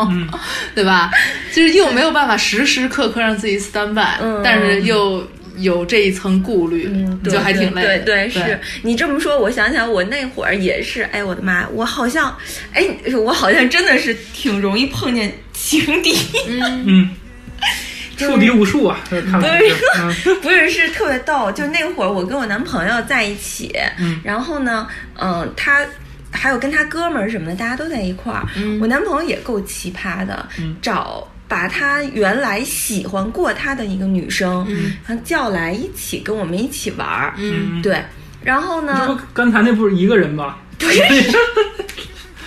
S7: 嗯
S6: 种， 对吧？就是又没有办法时时刻刻让自己 stand by，、
S5: 嗯
S6: 但是又有这一层顾虑，
S5: 嗯，对
S6: 就还挺累的。
S5: 对对，
S6: 对
S5: 是你这么说，我想想，我那会儿也是，哎，我的妈，我好像，哎，我好像真的是挺容易碰见情敌，
S7: 嗯，树敌无数啊，这看来是。嗯
S5: 不是是特别逗，就那会儿我跟我男朋友在一起，
S7: 嗯
S5: 然后呢，嗯、他。还有跟他哥们儿什么的，大家都在一块儿。
S6: 嗯
S5: 我男朋友也够奇葩的，
S7: 嗯
S5: 找把他原来喜欢过他的一个女生，
S6: 嗯
S5: 然后叫来一起跟我们一起玩儿。
S6: 嗯，
S7: 嗯，
S5: 对，然后呢，
S7: 这不刚才那不是一个人吧？
S6: 这不一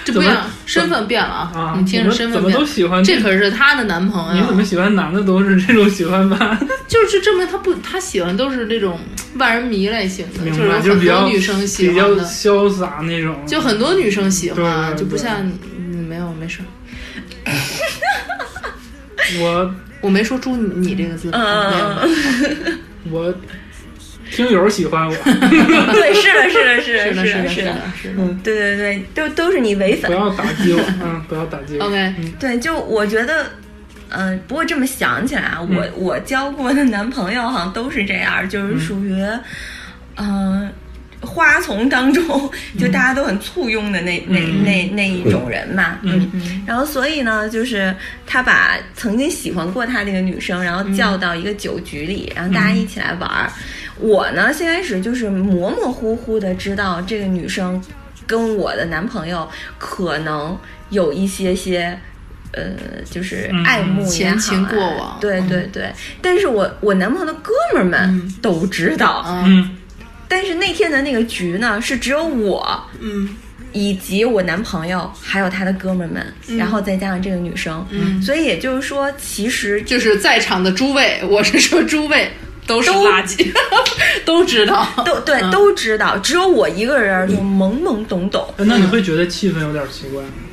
S7: 怎
S6: 样
S7: 么，
S6: 身份变了啊
S7: 啊，！
S6: 你听着，
S7: 怎
S6: 身
S7: 么怎
S6: 份
S7: 么
S6: 变
S7: 都
S6: 了。
S7: 喜欢
S6: 这嗯可是她的男朋
S7: 你
S6: 友，
S7: 怎么喜欢男的都是这种喜欢 吧？
S6: 就是证明她不，她喜欢都是这种万人迷类型的，
S7: 明
S6: 是有
S7: 白，就是
S6: 很
S7: 比
S6: 多
S7: 较
S6: 女生喜
S7: 比
S6: 欢
S7: 较
S6: 的，
S7: 潇洒那种，
S6: 就很多女生喜欢啊，
S7: 对对
S6: 就不
S7: 对
S6: 像你，你没有没事儿，
S7: 我
S6: 我没说出你你这个字，
S5: 嗯
S6: 没
S5: 嗯
S6: 有
S5: 嗯
S6: 没有
S5: 嗯。
S7: 我听友喜欢 我，
S5: 对，是的，是的，是
S6: 是
S5: 的，的，
S6: 的，是的，
S5: 是
S6: 是
S5: 的
S6: 的，，是的。
S5: 嗯，对对对，都都是你唯
S7: 不
S5: 粉。
S7: 要打击我，嗯，不要打击我。
S6: OK，
S5: 对，就我觉得，嗯、不过这么想起来啊，我、
S7: 嗯
S5: 我交过的男朋友好像都是这样，就是属于，嗯、花丛当中，就大家都很簇拥的那、那
S7: 嗯
S5: 那那一种人嘛，
S7: 嗯
S5: 然后所以呢，就是他把曾经喜欢过他那个女生，然后叫到一个酒局里，然后大家一起来玩儿。我呢，先开始就是模模糊糊的知道这个女生跟我的男朋友可能有一些些。呃，就是
S7: 嗯
S5: 爱慕也好啊、
S6: 前情过往
S5: 对对对。但是我我男朋友的哥们儿们都知道，
S6: 嗯
S7: 嗯
S5: 但是那天的那个局呢，是只有我
S6: 嗯
S5: 以及我男朋友，还有他的哥们儿们，然后再加上这个女生，
S6: 嗯，
S5: 所以也就是说，其实
S6: 就是在场的诸位，我是说诸位都是垃圾， 都知道。
S5: 都对、
S6: 嗯
S5: 都知道，只有我一个人儿就懵懵懂懂。
S7: 哎那你会觉得气氛有点奇怪吗？
S6: 嗯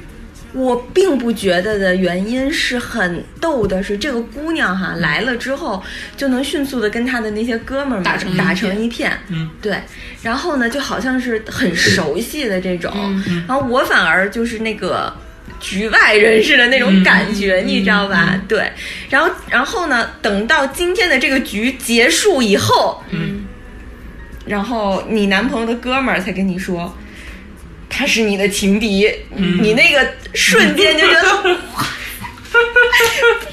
S5: 我并不觉得的原因是很逗的是，这个姑娘哈
S6: 嗯
S5: 来了之后就能迅速的跟她的那些哥们儿们
S6: 打成一片
S5: 打成一片，
S7: 嗯，
S5: 对，然后呢就好像是很熟悉的这种，
S6: 嗯
S5: 然后我反而就是那个局外人士的那种
S6: 嗯
S5: 感觉，你知道吧？对，然后然后呢，等到今天的这个局结束以后，
S6: 嗯，
S5: 然后你男朋友的哥们儿才跟你说。他是你的情敌，
S6: 嗯
S5: 你那个瞬间就觉 得，哇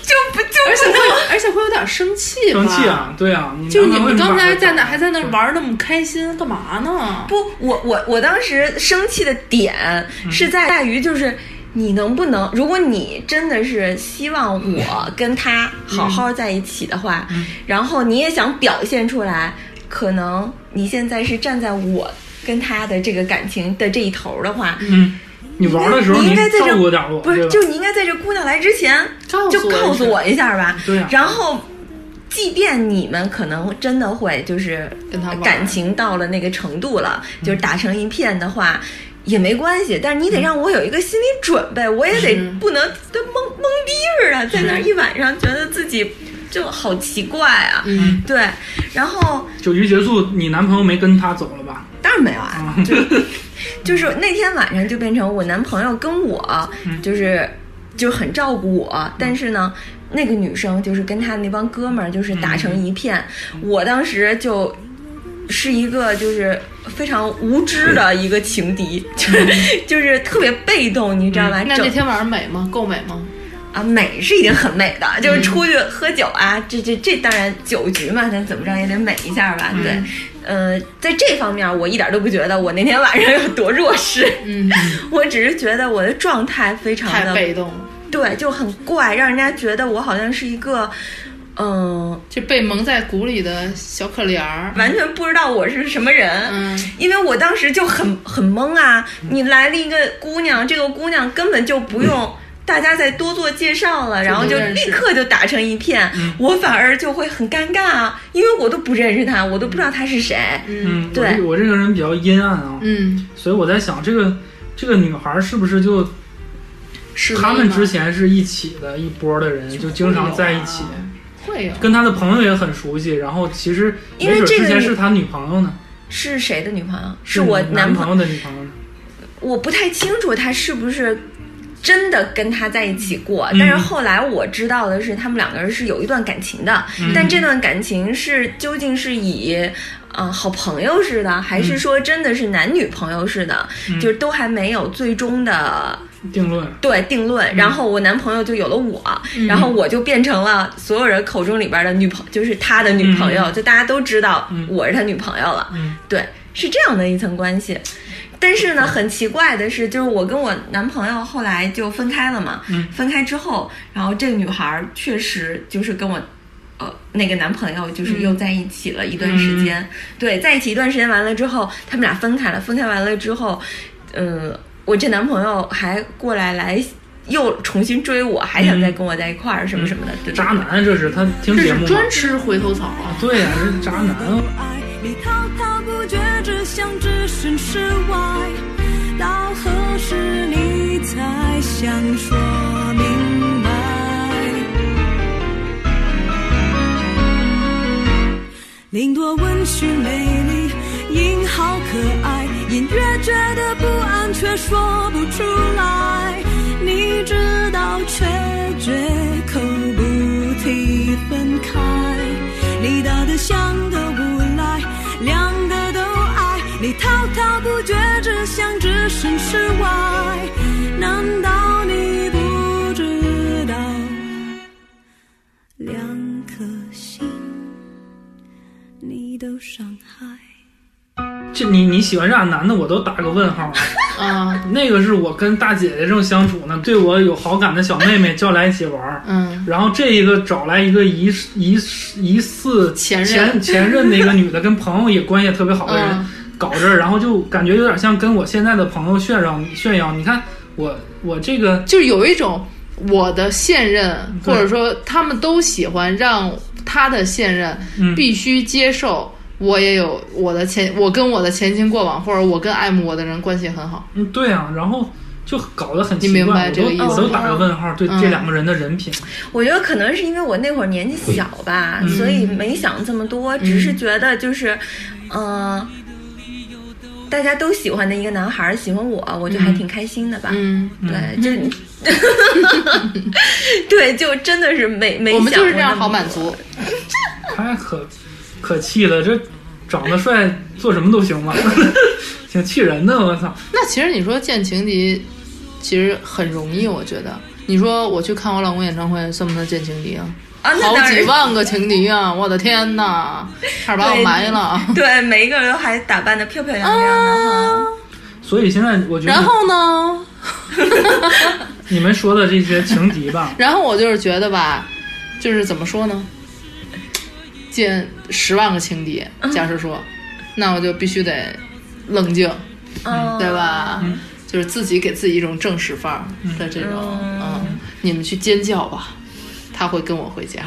S5: 就不就
S6: 而且
S5: 不
S6: 会有，而且会有点生气吧？
S7: 生气！啊，对啊，
S6: 就是你们
S7: 男朋友为什么
S6: 刚
S7: 把
S6: 才
S7: 我
S6: 在那还在那玩儿那么开心，干嘛呢？
S5: 不，我我我当时生气的点是在在于就是。你能不能？如果你真的是希望我跟他好好在一起的话，然后你也想表现出来，可能你现在是站在我跟他的这个感情的这一头的话，
S7: 嗯，你玩的时候
S5: 你应该在这
S7: 照顾点我，
S5: 不是
S7: 对吧
S5: 就你应该在这姑娘来之前
S6: 告
S5: 就
S6: 诉我
S5: 告
S6: 一
S5: 诉
S6: 声
S5: 我一下吧。
S7: 对啊
S5: 然后，即便你们可能真的会就是
S6: 跟他玩嗯
S5: 感情到了那个程度了，就是打成一片的话。也没关系，但是你得让我有一个心理准备，我也得
S6: 嗯是
S5: 不能跟懵懵逼似的，在那儿一晚上觉得自己就好奇怪啊。
S6: 嗯，
S5: 对，然后
S7: 九局结束，你男朋友没跟他走了吧？
S5: 当然没有啊，
S6: 嗯
S5: 就就是那天晚上就变成我男朋友跟我
S7: 嗯
S5: 就是就很照顾
S6: 嗯
S5: 我，但是呢。那个女生就是跟她那帮哥们儿就是打
S6: 嗯
S5: 成一片，我当时就是一个就是非常无知的一个情敌，就是就是特别被动，你知道吧？
S6: 嗯那
S5: 整
S6: 那天晚上美吗？够美吗？
S5: 啊，美是已经很美的，
S6: 嗯
S5: 就是出去喝酒啊，这这这当然酒局嘛，咱怎么着也得美一下吧，对。
S6: 嗯
S5: 呃，在这方面，我一点都不觉得我那天晚上有多弱势，
S6: 嗯，
S5: 我只是觉得我的状态非常
S6: 太
S5: 的
S6: 被动了，
S5: 对，就很怪，让人家觉得我好像是一个，嗯、
S6: 就被蒙在鼓里的小可怜儿。
S5: 完全不知道我是什么人，
S6: 嗯，
S5: 因为我当时就很很懵啊！你来了一个姑娘，这个姑娘根本就不用大家再多做介绍了，然后就
S6: 认识
S5: 立刻就打成一片，我反而就会很尴尬啊，因为我都不认识她，我都不知道她是谁。
S6: 嗯
S7: 嗯，我
S5: 对
S7: 这我这个人比较阴暗啊，
S6: 嗯，
S7: 所以我在想，这个这个女孩是不是就是他
S6: 吗
S7: 们之前是一起的一波的人，就经常在一起，
S6: 会有啊，
S7: 跟他的朋友也很熟悉，然后其实
S5: 因为
S7: 没准
S5: 这个
S7: 之前
S5: 女
S7: 是他女朋友呢，
S5: 是谁的女朋友？
S7: 是
S5: 我
S7: 你
S5: 男
S7: 男
S5: 朋
S7: 友的女朋友呢，
S5: 我不太清楚他是不是真的跟他在一起过，
S7: 嗯
S5: 但是后来我知道的是，他们两个人是有一段感情的，
S7: 嗯
S5: 但这段感情是究竟是以。呃，好朋友似的，还是说真的是男女朋友似的，
S7: 嗯
S5: 就是都还没有最终的
S7: 定论。
S5: 对定论。
S7: 嗯
S5: 然后我男朋友就有了我，然后我就变成了所有人口中里边的女朋，就是他的女朋友，就大家都知道
S7: 嗯
S5: 我是他女朋友了。
S7: 嗯
S5: 对，是这样的一层关系。但是呢，很奇怪的是，就是我跟我男朋友后来就分开了嘛。
S7: 嗯
S5: 分开之后，然后这个女孩儿确实就是跟我，呃，那个男朋友就是
S7: 嗯
S5: 又在一起了一段时间。对，在一起一段时间完了之后，他们俩分开了。分开完了之后，嗯、我这男朋友还过来来又重新追我，还想
S6: 嗯
S5: 再跟我在一块儿什么什么的。对对对
S7: 渣男这是他听
S6: 这
S7: 节
S6: 是
S7: 目吗？
S6: 专吃回头草啊！
S7: 对呀、这是渣男啊。
S4: 爱你滔滔不绝，只想置身事外。到何时你才想说明白？林多温煦美丽，樱好可爱，隐约觉得不安，却说不出来。你知道，却绝口不提分开。你打得像个无赖，两个都爱，你滔滔不绝，只想置身事外。难道你不知道，两颗心？你都伤害。
S7: 这你你喜欢这样男的，我都打个问号啊。
S6: 啊，
S7: 那个是我跟大姐姐正相处呢，对我有好感的小妹妹叫来一起玩儿，
S6: 嗯，
S7: 然后这一个找来一个疑疑疑似
S6: 前任
S7: 前前任的一个女的，跟朋友也关系特别好的人
S6: 嗯
S7: 搞这儿，然后就感觉有点像跟我现在的朋友炫耀炫耀，你看我我这个
S6: 就是有一种我的现任，
S7: 对
S6: 或者说他们都喜欢让他的现任
S7: 嗯
S6: 必须接受。我也有我的前，我跟我的前情过往，或者我跟爱慕我的人关系很好。
S7: 嗯对啊，然后就搞得很奇
S6: 你明
S7: 怪，
S6: 白
S7: 我
S6: 这
S7: 都
S6: 个意思
S7: 我都打个问号，对
S6: 嗯
S7: 这两个人的人品，
S5: 我觉得可能是因为我那会儿年纪小吧，
S7: 嗯
S5: 所以没想这么多，只是觉得就是，嗯、呃，大家都喜欢的一个男孩儿喜欢我，我就还挺开心的吧。
S6: 嗯，
S5: 对，就， 对，就真的是没没
S6: 我
S5: 哎想
S6: 们
S5: 过
S6: 就是这样
S5: 那么
S6: 好满足。
S7: 太可可气了，这长得帅做什么都行吧，挺气人的，我操。
S6: 那其实你说见情敌，其实很容易，我觉得。你说我去看我老公演唱会，算不算见情敌啊？
S5: 啊，那
S6: 好
S5: 当
S6: 几
S5: 然。
S6: 万个情敌啊！我的天呐，差点把我
S5: 对
S6: 埋了。
S5: 对，每一个人都还打扮的漂漂亮亮的哈。
S6: 哦
S7: 所以现在我觉得
S6: 然后呢？
S7: 你们说的这些情敌
S6: ，
S7: 吧
S6: 然后我就是觉得吧，就是怎么说呢？见十万个情敌，
S5: 嗯
S6: 假设说，那我就必须得冷静，
S5: 嗯，
S6: 对吧？就是自己给自己一种正式范儿的这种，嗯你们去尖叫吧，他会跟我回家。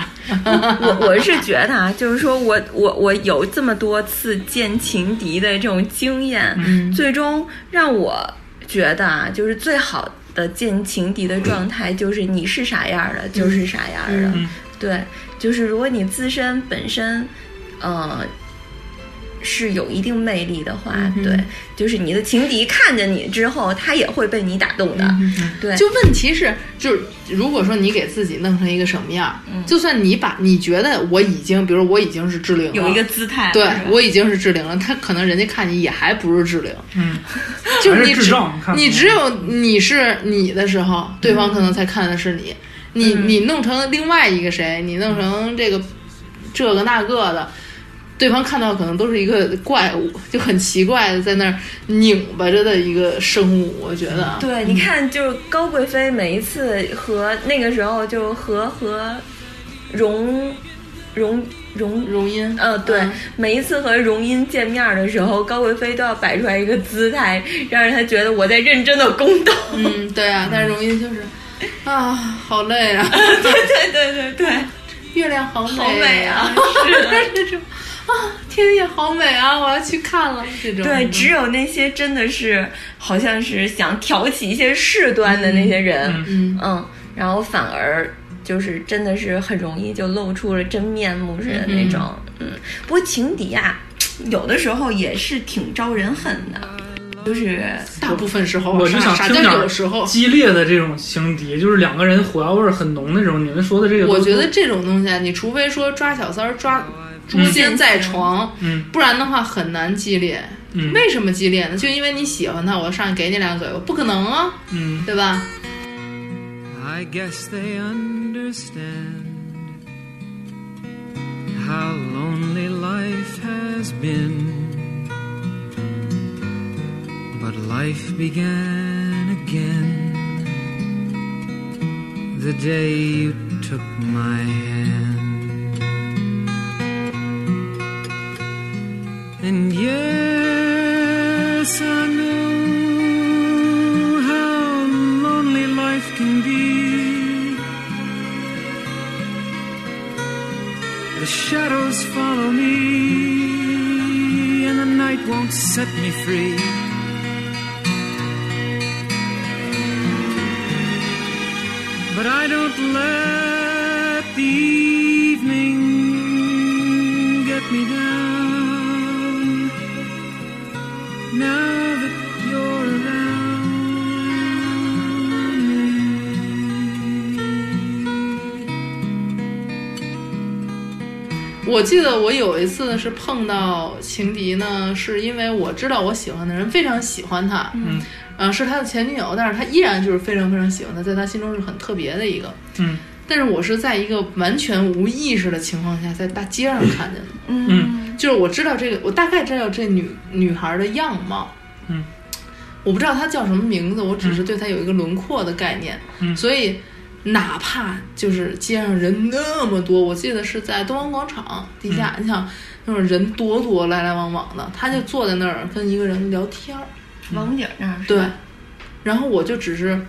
S5: 我我是觉得啊，就是说我我我有这么多次见情
S6: 嗯
S5: 敌的这种经验，最终让我觉得啊，就是最好的。呃见情敌的状态，就是你是啥样儿的，就是啥样儿的。
S7: 嗯
S5: 对，就是如果你自身本身，呃，是有一定魅力的话，
S6: 嗯哼
S5: 对，就是你的情敌看见你之后，他也会被你打动的。对，
S6: 嗯就问题是，就是如果说你给自己弄成一个什么样儿，
S5: 嗯
S6: 就算你把你觉得我已经，比如我已经是志玲了，
S5: 有一个姿态，
S6: 对
S5: 是吧
S6: 我已经是志玲了，他可能人家看你也还不是志玲，
S7: 嗯，
S6: 就
S7: 还
S6: 你
S7: 智
S6: 只
S7: 障，看
S6: 你只有你是你的时候，对方可能才看的是你。你
S5: 嗯
S6: 你弄成另外一个谁，你弄成这个这个那个的，对方看到可能都是一个怪物，就很奇怪的在那儿拧巴着的一个生物，我觉得啊。
S5: 对，你看，就是高贵妃每一次和那个时候就和和荣荣荣
S6: 容音，
S5: 呃，对，
S6: 嗯
S5: 每一次和荣音见面儿的时候，高贵妃都要摆出来一个姿态，让人他觉得我在认真的宫斗。
S6: 嗯，对啊，但是容音就是
S5: 嗯
S6: 啊，好累啊，
S5: 对对对对，
S6: 月亮好美，
S5: 好美啊！
S6: 是的，这种啊，天也好美啊，我要去看了，这种
S5: 对，只有那些真的是好像是想挑起一些事端的那些人，嗯
S6: 嗯
S5: 然后反而就是真的是很容易就露出了真面目似的那种，嗯不过情敌啊，有的时候也是挺招人恨的，就是
S6: 大部分时候，
S7: 我是想
S6: 啥
S7: 听
S6: 叫
S7: 点
S6: 有
S7: 儿
S6: 时候？
S7: 激烈的这种情敌，就是两个人火药味儿很浓那种。你们说的这个都，
S6: 我觉得这种东西啊，你除非说抓小三儿抓捉奸在床，
S7: 嗯
S6: 不然的话很难激烈。
S7: 嗯
S6: 为什么激烈呢？就因为你喜欢他，我上去给你两个嘴巴，不可能啊，
S7: 嗯，
S6: 对吧？
S10: I guess they understand how lonely life has been. But life began again the day you took my hand. And yes, I know how lonely life can be. The shadows follow me, and the night won't set me free. But I don't let the evening get me down. Now that you're around.
S6: 我记得我有一次是碰到情敌呢，是因为我知道我喜欢的人非常喜欢他，
S7: 嗯，
S6: 呃，是他的前女友，但是他依然就是非常非常喜欢他，在他心中是很特别的一个，
S7: 嗯。
S6: 但是我是在一个完全无意识的情况下，在大街上看见的，
S7: 嗯
S6: 就是我知道这个，我大概知道这女女孩的样貌，
S7: 嗯，
S6: 我不知道她叫什么名字，我只是对她有一个轮廓的概念，
S7: 嗯
S6: 所以哪怕就是街上人那么多，我记得是在东方广场地下，
S7: 嗯
S6: 你想那种人多多来来往往的，她就坐在那儿跟一个人聊天儿，
S5: 王姐那儿是
S6: 对
S5: 吧，
S6: 然后我就只是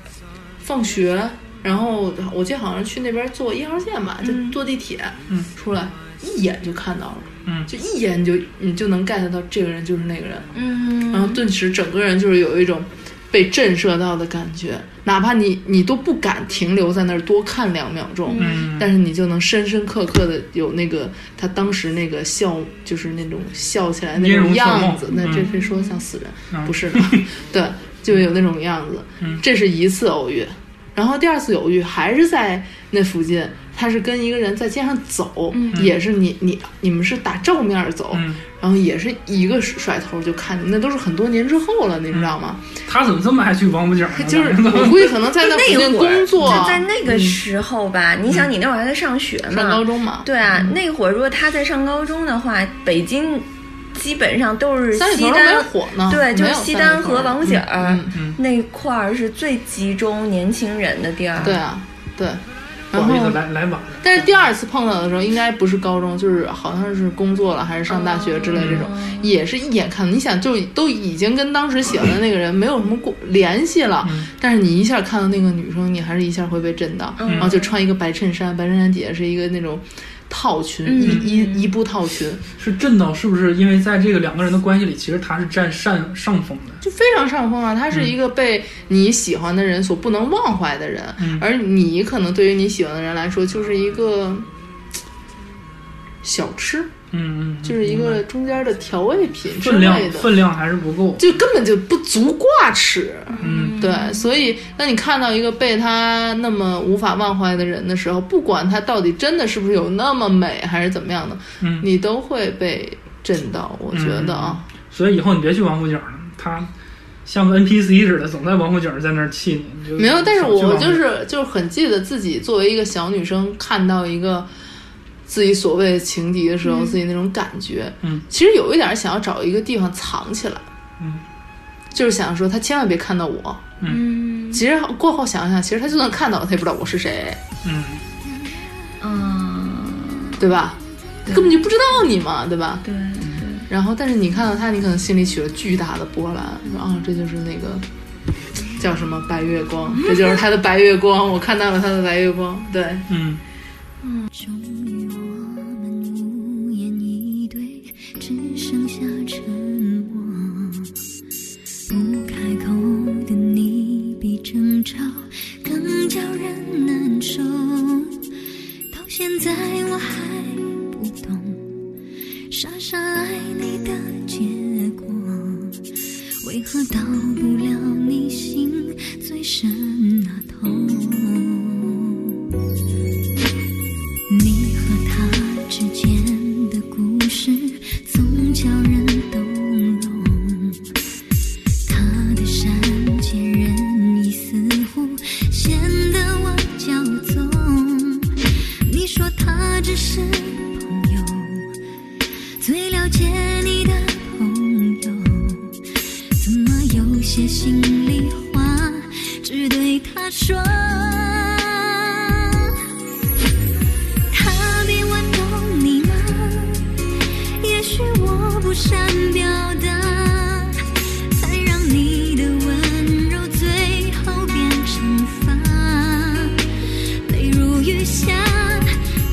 S6: 放学，然后我记得好像去那边坐一号线吧，就坐地铁，
S7: 嗯
S6: 出来一眼就看到了，
S7: 嗯
S6: 就一眼你就你就能 get 到这个人就是那个人，
S5: 嗯，
S6: 然后顿时整个人就是有一种被震慑到的感觉，哪怕你你都不敢停留在那儿多看两秒钟，
S7: 嗯
S6: 但是你就能深深刻刻的有那个他当时那个笑，就是那种笑起来那
S7: 音容
S6: 种
S7: 笑
S6: 样
S7: 貌
S6: 子。那这
S7: 嗯
S6: 是说像死人，
S7: 嗯
S6: 不 是的，对，就有那种样子。
S7: 嗯
S6: 这是一次偶遇，然后第二次偶遇还是在那附近，他是跟一个人在街上走，也是你你你们是打正面走，
S7: 嗯，
S6: 然后也是一个甩头就看见，那都是很多年之后了，你知道吗？
S7: 他怎么这么爱去王府井呢？
S6: 就是
S7: 咱们
S6: 我估计可能在那附
S5: 那
S6: 近
S5: 会儿
S6: 工作，
S5: 就在那个时候吧，你想你那会儿还在嗯上学嘛，
S6: 上高中嘛，
S5: 对啊，那会儿如果他在上高中的话，北京基本上都是
S6: 三里
S5: 西
S6: 屯都没
S5: 单，
S6: 火呢，
S5: 对，就
S6: 没
S5: 是
S6: 有
S5: 西
S6: 三里
S5: 单
S6: 屯
S5: 和王府井儿
S6: 嗯
S5: 那块儿是最集中年轻人的地儿。
S6: 对，啊，对。
S7: 不
S6: 然
S7: 好意思，
S6: 后，
S7: 来来晚了。
S6: 但是第二次碰到的时候，应该不是高中，就是好像是工作了，还是上大学之类这
S5: 哦
S6: 种，也是一眼看。你想，就都已经跟当时喜欢的那个人没有什么过联系了，
S7: 嗯
S6: 但是你一下
S5: 嗯
S6: 看到那个女生，你还是一下会被震到。然后就穿一个白衬衫，白衬衫底下是一个那种套裙，
S5: 嗯
S6: 一一一步套裙，
S7: 是震到是不是？因为在这个两个人的关系里，其实他是占上上风的。
S6: 就非常上风啊！他
S7: 嗯
S6: 是一个被你喜欢的人所不能忘怀的人，
S7: 嗯
S6: 而你可能对于你喜欢的人来说，就是一个嘖小吃，
S7: 嗯嗯，
S6: 就是一
S7: 明白
S6: 个中间的调味品之
S7: 分量
S6: 类的，
S7: 分量还是不够。
S6: 就根本就不足挂齿。
S7: 嗯，
S6: 对，所以当你看到一个被他那么无法忘怀的人的时候，不管他到底真的是不是有那么美，还是怎么样的，
S7: 嗯
S6: 你都会被震到。我觉得啊，
S7: 所以以后你别去王府井了，他像个 NPC 似的，总在王府井在那儿气你。你就
S6: 没有，但是
S7: 少去王
S6: 我
S7: 府井
S6: 就是就是很记得自己作为一个小女生看到一个自己所谓的情敌的时候，自己那种感觉，
S7: 嗯，
S6: 其实有一点想要找一个地方藏起来，
S7: 嗯，
S6: 就是想说他千万别看到我。
S5: 嗯
S6: 其实过后想想，其实他就算看到了，他也不知道我是谁。
S7: 嗯，
S5: 嗯，
S6: 对吧？根本就不知道你嘛，对吧？
S5: 对，
S6: 然后，但是你看到他，你可能心里起了巨大的波澜，说啊，这就是那个叫什么白月光，这就是他的白月光，我看到了他的白月光，对，
S7: 嗯，
S4: 终于我们无言以对，只剩下沉默。不开口的你，比争吵更叫人难受。到现在我还不懂，傻傻爱你的结果，为何到不了你心最深那头？你和他之间的故事总叫人动容，他的善解人意似乎显得我骄纵。你说他只是朋友，最了解你的朋友，怎么有些心里话只对他说？他比我懂你吗？也许我不善表达，才让你的温柔最后变惩罚，泪如雨下。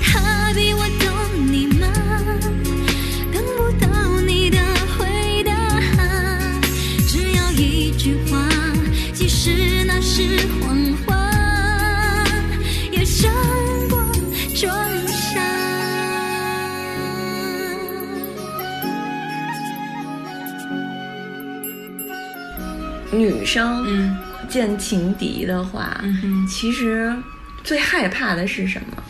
S4: 他比我懂你吗？等不到你的回答，只要一句话，即使那是谎话，也胜过重伤。
S5: 女生
S6: 嗯
S5: 见情敌的话，
S6: 嗯，
S5: 其实最害怕的是什么？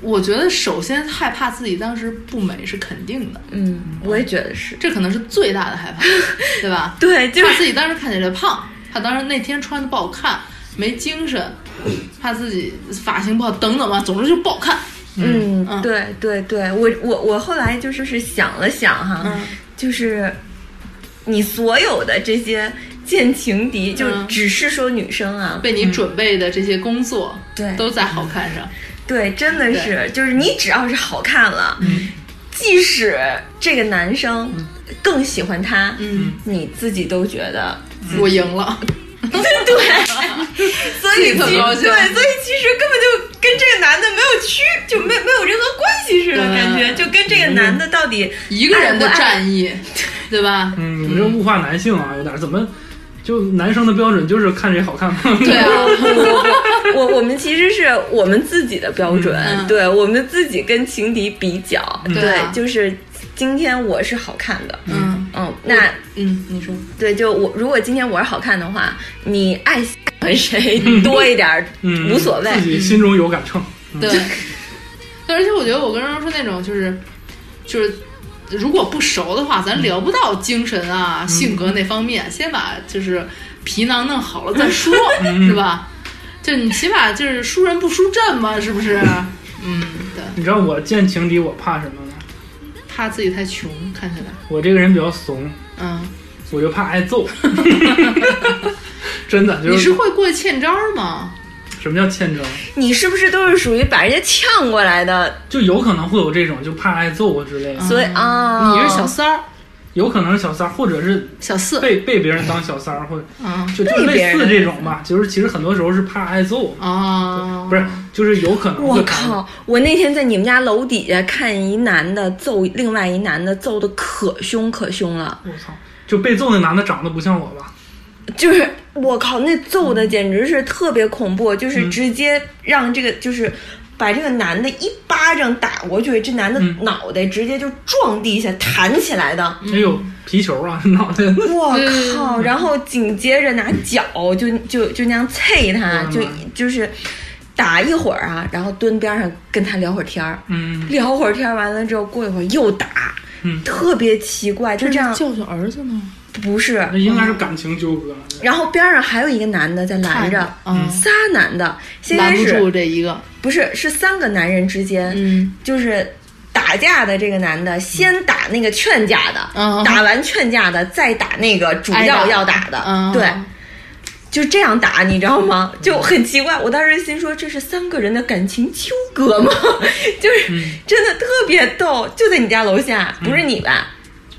S6: 我觉得首先害怕自己当时不美是肯定的，
S5: 嗯，我也觉得是。
S6: 这可能是最大的害 怕，对吧？
S5: 对，就
S6: 怕
S5: 是
S6: 自己当时看起来胖，怕当时那天穿的不好看，没精神，怕自己发型不好，等等吧，总之就不好看。
S5: 嗯
S6: 嗯，
S5: 对对对，我我我后来就是是想了想哈，
S6: 嗯
S5: 就是你所有的这些见情敌，
S6: 嗯
S5: 就只是说女生啊，
S6: 为你准备的这些工作，
S5: 对
S6: 都在好看上。
S5: 对，真的是，就是你只要是好看了，
S6: 嗯
S5: 即使这个男生更喜欢她，
S6: 嗯，
S5: 你自己都觉得。
S6: 我赢了，
S5: 所以
S6: 自己特
S5: 其
S6: 高兴
S5: 对，所以其实根本就跟这个男的没有区，就没没有任何关系似的
S6: 对
S5: 感觉，就跟这个男的到底
S6: 嗯一个人的
S5: 爱不爱
S6: 战役，对吧？
S7: 嗯，你们这物化男性啊，有点儿怎么就男生的标准就是看谁好看吗？
S6: 对啊，
S5: 我我们其实是我们自己的标准，
S6: 嗯
S5: 对我们自己跟情敌比较，
S6: 对啊
S5: 就是今天我是好看的，
S6: 嗯
S5: 嗯，那
S6: 嗯，你说，
S5: 对，就我如果今天我是好看的话，你爱喜欢 谁多一点儿
S7: 嗯，
S5: 无所谓，
S7: 自己心中有杆秤。
S6: 对。 但而且我觉得我跟人说那种就是就是。如果不熟的话，咱聊不到精神啊、性格那方面，先把就是皮囊弄好了再说，是吧？就你起码就是输人不输阵嘛，是不是？嗯，对，
S7: 你知道我见情敌我怕什么吗？
S6: 怕自己太穷，看起来，
S7: 我这个人比较怂，
S6: 嗯，
S7: 我就怕挨 揍。真的，就
S6: 你是
S7: 是
S6: 会过去欠招儿吗？
S7: 什么叫欠招？
S5: 你是不是都是属于把人家呛过来的？
S7: 就有可能会有这种就怕挨揍啊之类的。
S5: 所以啊，
S6: 你是小三儿，
S7: 有可能是小三儿，或者是
S6: 小四，
S7: 被被别人当小三儿，或者
S6: 嗯
S7: 就就
S5: 被别
S7: 类
S5: 人
S7: 似这种吧。就是其实很多时候是怕挨揍，
S6: 啊，
S7: 不是，就是有可能
S5: 我
S7: 会打
S5: 靠！我那天在你们家楼底下看一男的揍另外一男的，揍的可凶可凶了，
S7: 我操，就被揍那男的长得不像我吧？
S5: 就是我靠，那揍的简直是特别恐怖，就是直接让这个就是。把这个男的一巴掌打过去，这男的
S7: 嗯
S5: 脑袋直接就撞地下弹起来的，
S7: 哎呦，皮球啊， 脑袋
S5: 我
S6: 嗯
S5: 靠！然后紧接着拿脚就就就那样啐他，
S7: 我的
S5: 就
S7: 妈
S5: 就是打一会儿啊，然后蹲边上跟他聊会儿天儿，
S7: 嗯，
S5: 聊会儿天儿完了之后，过一会儿又打，
S7: 嗯
S5: 特别奇怪，就
S6: 这
S5: 这样
S6: 教训儿子呢，
S5: 不是。
S7: 那应该是感情纠葛了。
S5: 然后边上还有一个男的在拦着，
S6: 嗯，
S5: 仨男的，先
S6: 拦
S5: 开
S6: 不
S5: 始
S6: 住这一个，
S5: 不是是三个男人之间，
S6: 嗯
S5: 就是打架的这个男的先打那个劝架的，
S6: 嗯
S5: 打完劝架的再打那个主
S6: 挨
S5: 要
S6: 打
S5: 要打的，
S6: 嗯
S5: 对。就这样打，你知道吗？就很奇怪。我当时心说，这是三个人的感情纠葛吗？ 就是真的特别逗，就在你家楼下，不是你吧？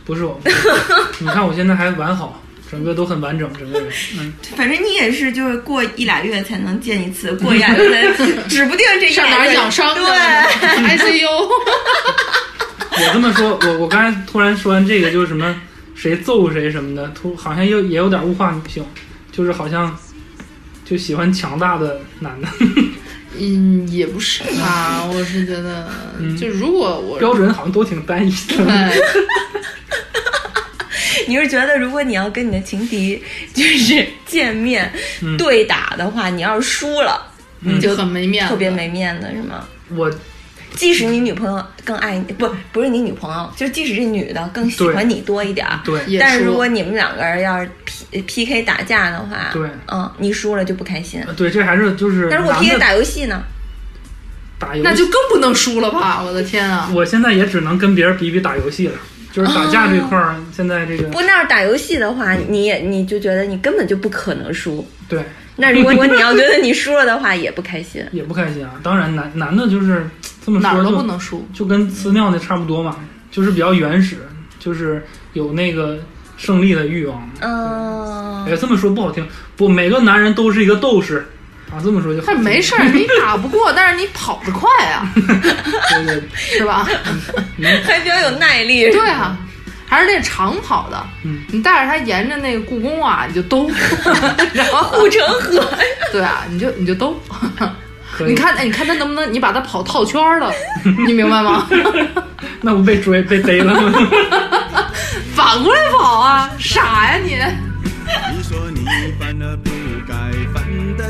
S7: 不是我，不是 我你看我现在还完好，整个都很完整，整个人。嗯，
S5: 反正你也是，就是过一俩月才能见一次，过一俩 月才， 指不定这一俩
S6: 上哪儿
S5: 月
S6: 养伤去 了
S5: 对，
S6: ？ICU，
S7: 我这么说，我我刚才突然说完这个，就是什么谁揍谁什么的，突好像又也有点物化女性，就是好像就喜欢强大的男的，
S6: 嗯，也不是吧，啊嗯我是觉得，就如果我
S7: 标准好像都挺单一的。
S6: 对
S5: 你是觉得，如果你要跟你的情敌就是见面
S7: 嗯
S5: 对打的话，你要是输了，
S7: 嗯
S6: 就很没面子，
S5: 特别没面子是吗？
S7: 我
S5: 即使你女朋友更爱你，不不是你女朋友，就即使这女的更喜欢你多一点儿，
S7: 对
S6: 也
S5: 但是
S6: 说
S5: 如果你们两个人要是 P P K 打架的话，
S7: 对
S5: 嗯，你输了就不开
S6: 呃
S5: 心。
S7: 对，这还是就是
S5: 但
S7: 男
S5: 是我 P K
S7: 的
S5: 打游戏呢，
S7: 打游戏，
S6: 那就更不能输了吧？我的天啊！
S7: 我现在也只能跟别人比比打游戏了，就是打架这块儿，现在这个
S5: 不那儿打游戏的话，你也你就觉得你根本就不可能输。
S7: 对
S5: 那如果如果你要觉得你输了的话，也不开 心。
S7: 也不开心啊。当然男男的就是这么
S6: 哪
S7: 说
S6: 儿
S7: 就
S6: 都不能输，
S7: 就跟呲尿那差不多嘛，就是比较原始，就是有那个胜利的欲望。
S5: 嗯，
S7: 哎，这么说不好听，不，每个男人都是一个斗士啊，这么说就好
S6: 但
S7: 听
S6: 没事儿，你打不过，但是你跑得快 啊，
S7: 对对嗯对
S6: 是吧？
S5: 还比较有耐力。
S6: 对啊，还是那长跑的，
S7: 嗯
S6: 你带着他沿着那个故宫啊，你就 兜，然后
S5: 护城河，
S6: 对啊，你就你就兜，
S7: 可以
S6: 你看，哎，你看他能不能，你把他跑套圈儿了，你明白吗？
S7: 那不被追被逮了吗？
S6: 反过来跑啊，傻呀你！
S11: 你说你犯了不该犯的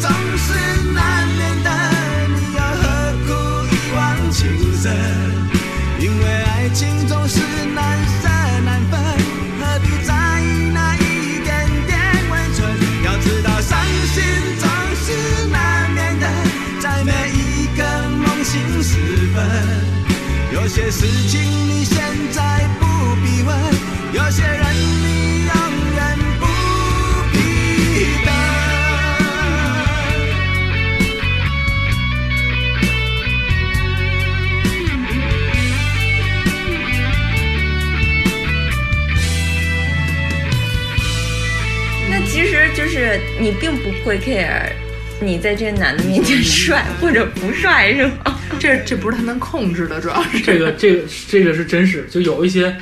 S11: 总是难免的，你又何苦一往情深？因为爱情总是难舍难分，何必在意那一点点温存？要知道伤心总是难免的，在每一个梦醒时分。有些事情你现在不必问，有些人你永远不必等。
S5: 那其实就是你并不会 care，你在这个男的面前帅或者不帅是吗？
S6: 这这不是他能控制的，主要是。
S7: 这个这个这个是真实，就有一些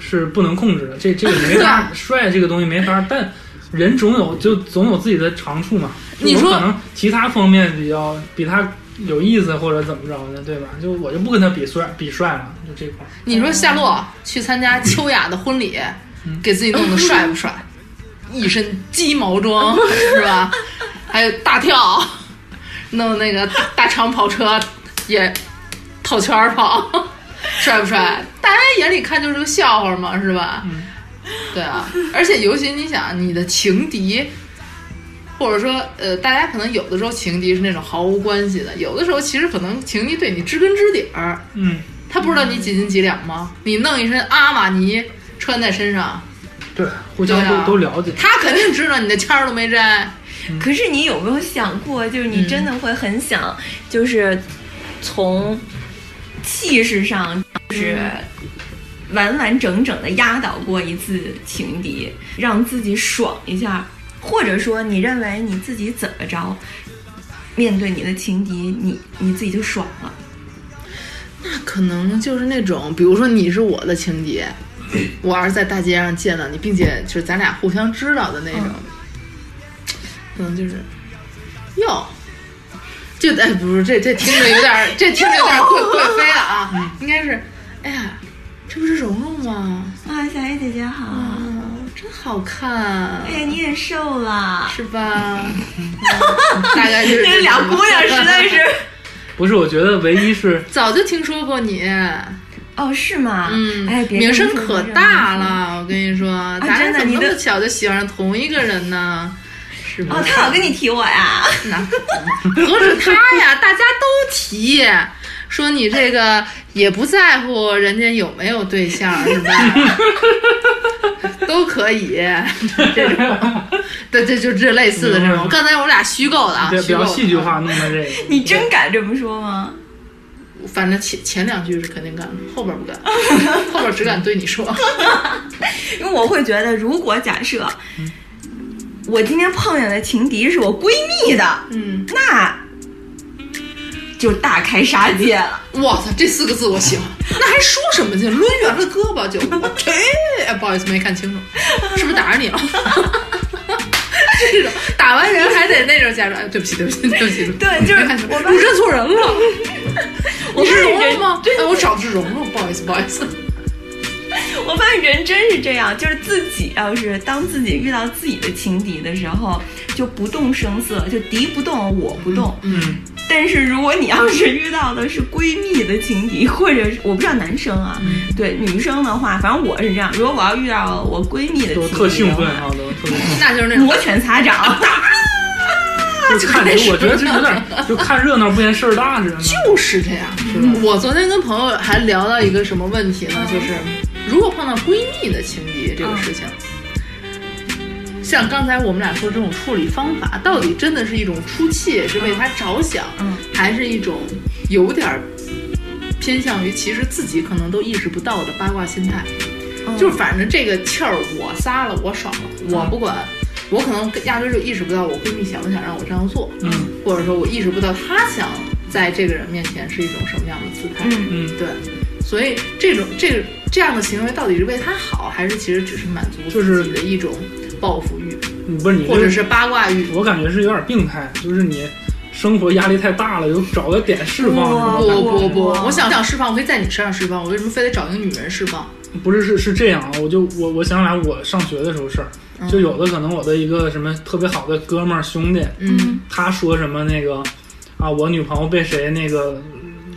S7: 是不能控制的，这这个没
S6: 对
S7: 法
S6: 啊
S7: 帅这个东西没法，但人总有就总有自己的长处嘛。就
S6: 你
S7: 有
S6: 说
S7: 可能其他方面比较比他有意思或者怎么着的，对吧？就我就不跟他比帅比帅了，就这块儿。
S6: 你说夏洛去参加秋雅的婚礼，给自己弄得帅不帅？一身鸡毛装是吧？还有大跳，弄那个大大长跑车也套圈儿跑，帅不帅？大家眼里看就是个笑话嘛，是吧？对啊，而且尤其你想，你的情敌或者说，呃，大家可能有的时候情敌是那种毫无关系的，有的时候其实可能情敌对你知根知底儿，
S7: 嗯，
S6: 他不知道你几斤几两吗？你弄一身阿玛尼穿在身上，
S7: 对，互相
S6: 对啊
S7: 都都了解。
S6: 他肯定知道你的签儿都没摘。
S5: 可是你有没有想过，就是你真的会很想，就是从气势上，就是完完整整的压倒过一次情敌，让自己爽一下，或者说你认为你自己怎么着，面对你的情敌，你你自己就爽了。
S6: 可能就是那种，比如说你是我的情敌，我要是在大街上见到你，并且就是咱俩互相知道的那种，可能就是，哟，就哎不是这这听着有点 儿这听着有点儿贵贵妃了啊，应该是，哎呀，这不是蓉蓉吗？
S5: 啊，小 A 姐姐好，
S6: 哦，真好看啊
S5: 哎，呀，你也瘦 了，
S6: 是吧？ 嗯大概就是
S5: 这俩姑娘实在是，
S7: 不是，我觉得唯一是
S6: 早就听说过你。
S5: 哦，是吗？
S6: 嗯，
S5: 哎，别这
S6: 名
S5: 么说
S6: 声可大。了，我跟你说，咱俩
S5: 啊真的
S6: 怎么
S5: 你
S6: 那
S5: 的
S6: 么小就喜欢上同一个 人呢？是
S5: 别这么说哦，？
S6: 吧
S5: 他老跟你提我呀。
S6: 那 何止他呀，大家都提说你这个也不在乎人家有没有对象， 是吧？都可以，这种，对，这就这类似的这种。
S7: 嗯
S6: 刚才我俩虚构的啊，
S7: 比
S6: 虚
S7: 较
S6: 构
S7: 比较
S6: 的
S7: 戏剧化，弄的这个。
S5: 你真敢这么说吗？
S6: 反正前前两句是肯定敢的，后边不敢，后边只敢对你说。
S5: 因为我会觉得，如果假设我今天碰见的情敌是我闺蜜的，
S6: 嗯，
S5: 那就大开杀戒了。
S6: 我操，这四个字我喜欢，那还说什么去？抡圆了胳膊就我去！哎，不好意思，没看清楚，是不是打着你了？ 这种打完人还得那种假装，哎，对不起，对不起，对不起，
S5: 对就是
S6: 没看清楚
S5: 我
S6: 我认错人 了。
S5: 我
S6: 你是蓉
S5: 发现
S6: 蓉
S5: 人
S6: 吗？哎，我找的是蓉蓉，不好意思，不好意思。
S5: 我发现人真是这样，就是自己要是当自己遇到自己的情敌的时候，就不动声色，就敌不动我不动。
S7: 嗯，
S5: 但是如果你要是遇到的是闺蜜的情敌，或者是我不知道男生啊，对女生的话，反正我是这样。如果我要遇到我闺蜜的情
S7: 都
S5: 敌，
S7: 特兴奋，啊，都特别兴 奋。
S6: 那就是那种
S5: 摩拳擦掌，
S7: 就看着，我觉得这有点儿就看热闹不嫌事儿大似的呢。
S6: 就是这样。我昨天跟朋友还聊到一个什么问题呢？就是如果碰到闺蜜的情敌这个事情，像刚才我们俩说这种处理方法，到底真的是一种出气，是为她着想，还是一种有点儿偏向于其实自己可能都意识不到的八卦心态？就是反正这个气儿我撒了，我爽了，我不管。我可能压根儿就意识不到我闺蜜想不想让我这样做，
S7: 嗯，
S6: 或者说我意识不到她想在这个人面前是一种什么样的姿态，
S5: 嗯
S7: 嗯
S6: 对，所以这种这个这样的行为到底是为她好，还是其实只是满足
S7: 就是
S6: 自己的一种报复欲，
S7: 嗯不是你这
S6: 或者是八卦欲？
S7: 我感觉是有点病态，就是你生活压力太大了，有找个点释放是吧。
S5: 哇
S6: 不不不，
S5: 我
S6: 我想想释放，我可以在你身上释放，我为什么非得找一个女人释放？
S7: 不是是是这样啊，我就我我想起来我上学的时候事儿，
S6: 嗯
S7: 就有的可能我的一个什么特别好的哥们儿兄弟，
S6: 嗯，
S7: 他说什么那个啊，我女朋友被谁那个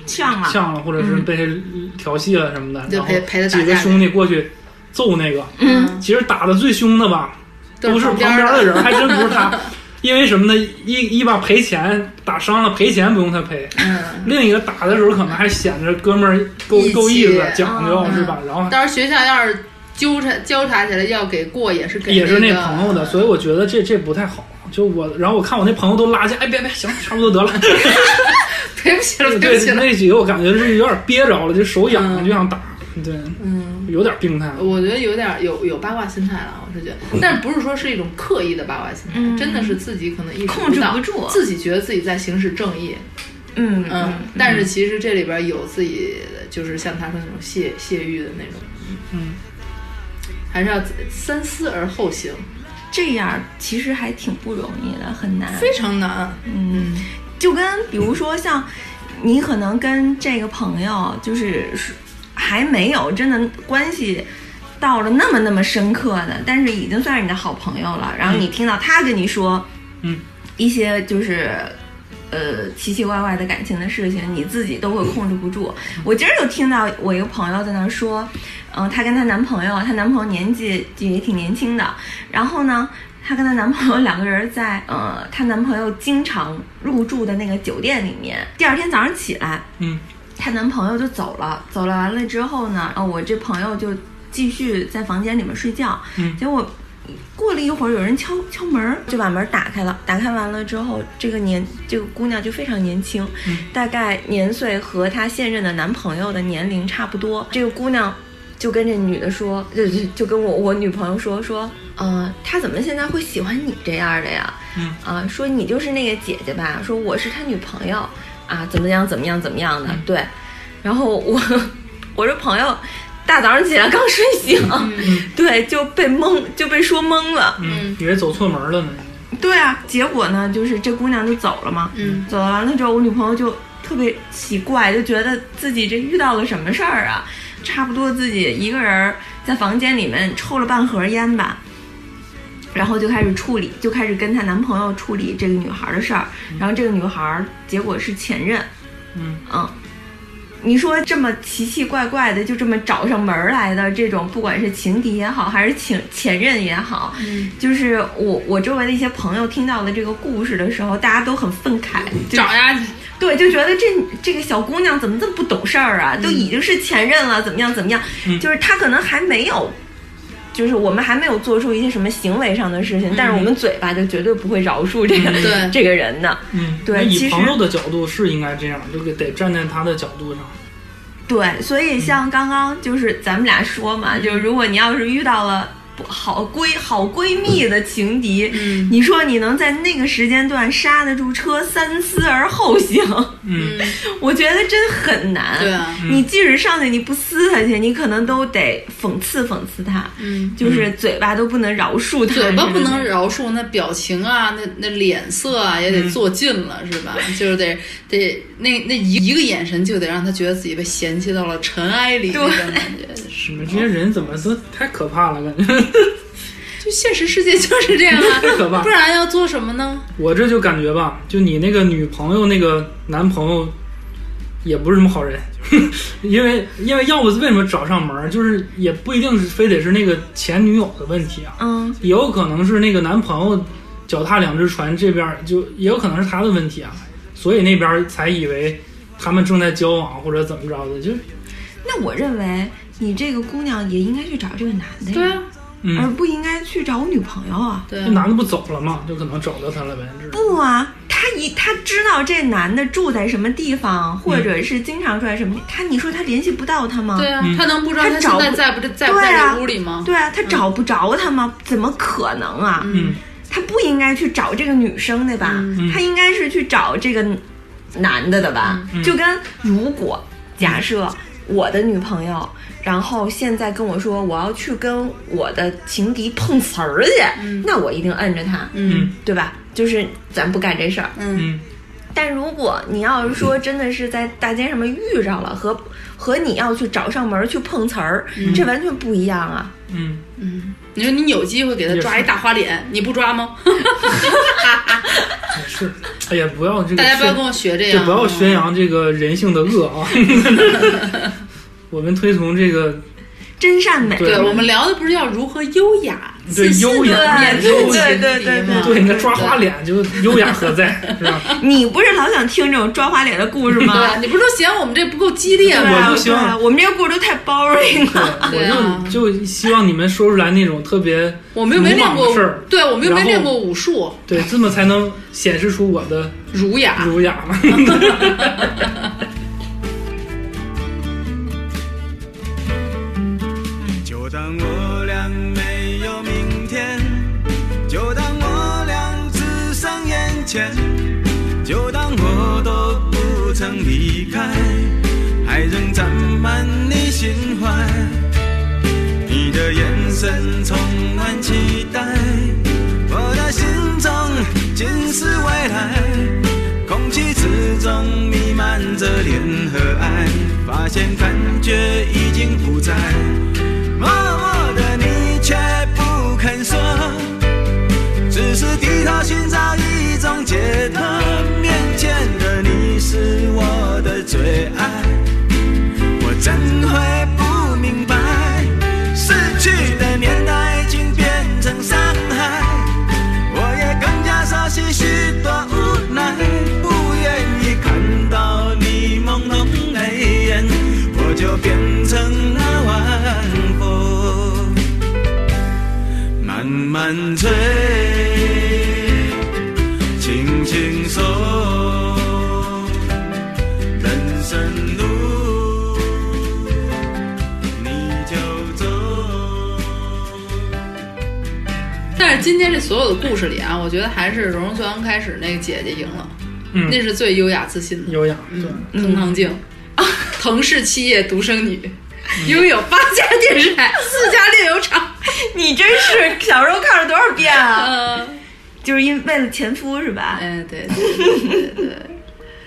S5: 呛了，
S7: 呛了，或者是被谁调戏了什么的，
S6: 嗯就
S7: 然
S6: 陪陪他
S7: 后
S6: 打
S7: 几
S6: 架
S7: 个兄弟过去揍那个，
S6: 嗯，
S7: 其实打的最凶的吧，都是
S6: 是
S7: 旁
S6: 边
S7: 边
S6: 儿
S7: 的 人，还真不是他。因为什么呢？一一把赔钱，打伤了赔钱不用他赔，
S6: 嗯，
S7: 另一个打的时候可能还显着哥们儿够
S6: 义气
S7: 够意思讲究
S6: 嗯
S7: 是吧？然后
S6: 到时候学校要是纠缠交叉起来，要给过也是给
S7: 也是
S6: 那
S7: 那
S6: 个
S7: 朋友的，所以我觉得这这不太好。就我，然后我看我那朋友都拉下，哎，别别，行，差不多得了。
S6: 对不起了， 对
S7: 对
S6: 不起，了。
S7: 那几个我感觉是有点憋着了，就手痒了
S6: 嗯
S7: 就想打，对，
S6: 嗯，
S7: 有点病态了。
S6: 我觉得有点儿有有八卦心态了，我是觉得，但不是说是一种刻意的八卦心态，真的是自己可能意识
S5: 控制
S6: 到
S5: 不住
S6: 自己觉得自己在行使正义，
S5: 嗯
S6: 嗯，但是其实这里边有自己的，就是像他说那种泄泄欲的那种，
S7: 嗯，
S6: 还是要自三思而后行，
S5: 这样其实还挺不容易的，很难。
S6: 非常难，
S5: 嗯，就跟比如说像你可能跟这个朋友就是还没有真的关系。到了那么那么深刻的，但是已经算是你的好朋友了。然后你听到他跟你说，
S7: 嗯，
S5: 一些就是，呃奇奇怪怪的感情的事情，你自己都会控制不住。我今儿就听到我一个朋友在那儿说，嗯、她跟她男朋友，她男朋友年纪也挺年轻的，然后呢。她跟她男朋友两个人在
S7: 嗯
S5: 呃，她男朋友经常入住的那个酒店里面。第二天早上起来，
S7: 嗯，
S5: 她男朋友就走了，走了完了之后呢，呃，我这朋友就继续在房间里面睡觉。
S7: 嗯
S5: 结果过了一会儿，有人敲敲门儿，就把门打开了。打开完了之后，这个年这个姑娘就非常年轻，
S7: 嗯
S5: 大概年岁和她现任的男朋友的年龄差不多。这个姑娘就跟这女的说，就就就跟我我女朋友说说，呃，她怎么现在会喜欢你这样的呀？
S7: 嗯
S5: 啊、说你就是那个姐姐吧？说我是她女朋友啊，怎么样怎么样怎么样的？对，然后我 我这朋友大早上起来刚睡醒，对，就被蒙就被说懵了。
S7: 嗯，以为走错门了呢。
S5: 对啊，结果呢，就是这姑娘就走了嘛。
S6: 嗯，
S5: 走了完了之后，我女朋友就特别奇怪，就觉得自己这遇到了什么事儿啊？差不多自己一个人儿在房间里面抽了半盒烟吧，然后就开始处理，就开始跟她男朋友处理这个女孩儿的事儿。然后这个女孩儿结果是前任，
S7: 嗯
S5: 嗯，你说这么奇奇怪怪的，就这么找上门儿来的这种，不管是情敌也好，还是前前任也好，
S6: 嗯
S5: 就是我我周围的一些朋友听到了这个故事的时候，大家都很愤慨，就
S6: 嗯找丫去，
S5: 对，就觉得这这个小姑娘怎么这么不懂事儿
S6: 嗯
S5: 啊？都已经是前任了，怎么样怎么样？
S7: 嗯
S5: 就是她可能还没有，就是我们还没有做出一些什么行为上的事情，但是我们嘴巴就绝对不会饶恕这个、
S6: 嗯对
S5: 这个人的。
S7: 嗯，
S5: 对
S7: 那
S5: 其
S7: 以
S5: 实
S7: 朋友的角度是应该这样，就得站在他的角度上。
S5: 对，所以
S6: 嗯
S5: 像刚刚就是咱们俩说嘛，就是如果你要是遇到了不好闺好闺蜜的情敌，
S6: 嗯
S5: 你说你能在那个时间段刹得住车，三思而后行，
S7: 嗯，
S5: 我觉得真很难。
S6: 对啊，
S5: 你即使上去你不撕他去，你可能都得讽刺讽刺他，
S6: 嗯，
S5: 就是嘴巴都不能饶恕他，
S6: 嘴巴不能
S5: 是吧
S6: 饶恕，那表情啊，那那脸色啊，也得做尽了，是吧？就是得得那那一一个眼神就得让他觉得自己被嫌弃到了尘埃里那种感觉， 是
S7: 你
S6: 吗
S7: 们这些人怎么都太可怕了，感觉
S6: 就现实世界就是这样啊
S7: 太可怕，
S6: 不然要做什么呢？
S7: 我这就感觉吧，就你那个女朋友那个男朋友，也不是什么好人， 因为因为要不为什么找上门儿，就是也不一定是非得是那个前女友的问题啊，
S5: 嗯，
S7: 也有可能是那个男朋友脚踏两只船，这边儿就也有可能是他的问题啊，所以那边儿才以为他们正在交往或者怎么着的，就
S5: 那我认为你这个姑娘也应该去找这个男的
S6: 对
S5: 呀，
S6: 啊，
S5: 而
S7: 嗯，
S5: 不应该去找我女朋友啊。
S6: 对
S7: 那
S6: 啊，
S7: 男的不走了嘛，就可能找到他了呗，这是
S5: 不啊，他一他知道这男的住在什么地方，或者是经常住在什么地，他你说他联系不到他吗？
S6: 嗯对啊，
S7: 嗯
S6: 他能不知道
S5: 他
S6: 他
S5: 找
S6: 现
S5: 不
S6: 在在不在不
S5: 对
S6: 在
S5: 啊
S6: 这屋里吗？嗯
S5: 对啊，他找不着他吗？怎么可能啊？
S7: 嗯
S5: 他不应该去找这个女生的吧？
S6: 嗯
S5: 他应该是去找这个男的的吧？
S6: 嗯
S5: 就跟如果假设我的女朋友，然后现在跟我说我要去跟我的情敌碰瓷儿去，那我一定摁着他，
S6: 嗯
S5: 对吧？就是咱不干这事儿，
S6: 嗯
S7: 嗯
S5: 但如果你要是说真的是在大街上面遇着了，和和你要去找上门儿去碰瓷儿，这完全不一样啊！
S7: 嗯，
S6: 嗯，你说你有机会给他抓
S7: 也
S6: 一
S7: 是
S6: 大花脸，你不抓吗？
S7: 也 是，哎呀，不要这个
S6: 大家不要
S7: 炫
S6: 跟我学这
S7: 就
S6: 样，啊
S7: 不要宣扬这个人性的恶啊！我们推崇这个
S5: 真善美，
S7: 对
S6: 对我们聊的不是要如何优雅、
S7: 对
S6: 自信
S7: 优
S6: 地
S7: 雅
S6: 面
S7: 对
S6: 自己
S5: 对
S6: 的
S5: 对
S6: 敌吗
S7: 对你那抓花脸就优雅何在，是 吧？
S5: 你不是老想听这种抓花脸的故事吗？
S6: 对，你不是说嫌我们这不够激烈
S5: 对
S6: 吗？
S5: 啊
S7: 我就希
S5: 对
S7: 望
S5: 啊我们这个故事都太 boring 了。
S6: 对啊
S7: 我就就希望你们说出来那种特别
S6: 我们又没
S7: 鲁
S6: 练
S7: 莽
S6: 过
S7: 的事儿，，
S6: 对，我们又没
S7: 然后
S6: 练过武术，
S7: 对，这么才能显示出我的
S6: 儒雅。
S7: 儒雅 嘛。
S11: 就当我俩没有明天，就当我俩只剩眼前，就当我都不曾离开，还仍沾满你心怀。你的眼神充满期待，我的心中尽是未来。空气之中弥漫着恋和爱，发现感觉已经不在。默默的你却不肯说，只是低头寻找一种解脱。面前慢慢吹，轻轻送，人生路你就走。
S6: 但是今天这所有的故事里啊，我觉得还是《蓉蓉最刚开始》那个姐姐赢了，
S7: 嗯，
S6: 那是最优雅自信的。
S7: 优雅，对，
S6: 嗯，藤堂静，
S5: 嗯
S6: 藤氏七叶独生女，
S7: 嗯
S6: 拥有八家电视台、四家炼油厂。
S5: 你真是小时候看了多少遍啊？
S6: 嗯，
S5: 就是因为了前夫是吧？
S6: 哎，对对对对对对。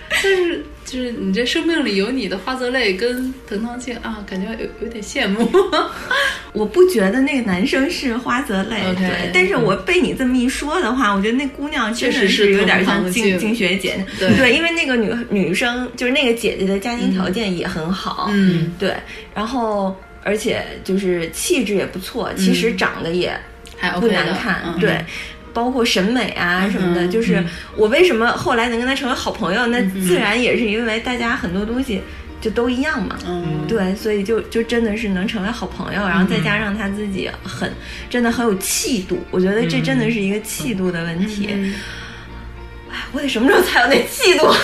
S6: 但是就是你这生命里有你的花泽类跟藤堂静啊，感觉有有点羡慕。
S5: 我不觉得那个男生是花泽类
S6: OK 嗯
S5: 对，但是我被你这么一说的话，我觉得那姑娘真的
S6: 确实是
S5: 有点像
S6: 同行
S5: 金
S6: 敬
S5: 金学姐，
S6: 对
S5: 因为那个女女生就是那个姐姐的家庭条件也很好，
S6: 嗯，
S5: 对，然后而且就是气质也不错，其实长得也
S6: 还嗯
S5: 不
S6: OK 的
S5: 难看，
S6: 嗯、
S5: 对。包括审美啊什么的，
S6: 嗯
S5: 就是我为什么后来能跟他成为好朋友，那
S6: 嗯
S5: 自然也是因为大家很多东西就都一样嘛。
S6: 嗯，
S5: 对，所以就就真的是能成为好朋友，然后再加上他自己很真的很有气度，我觉得这真的是一个气度的问题。
S6: 嗯
S5: 哎我得什么时候才有那气度？啊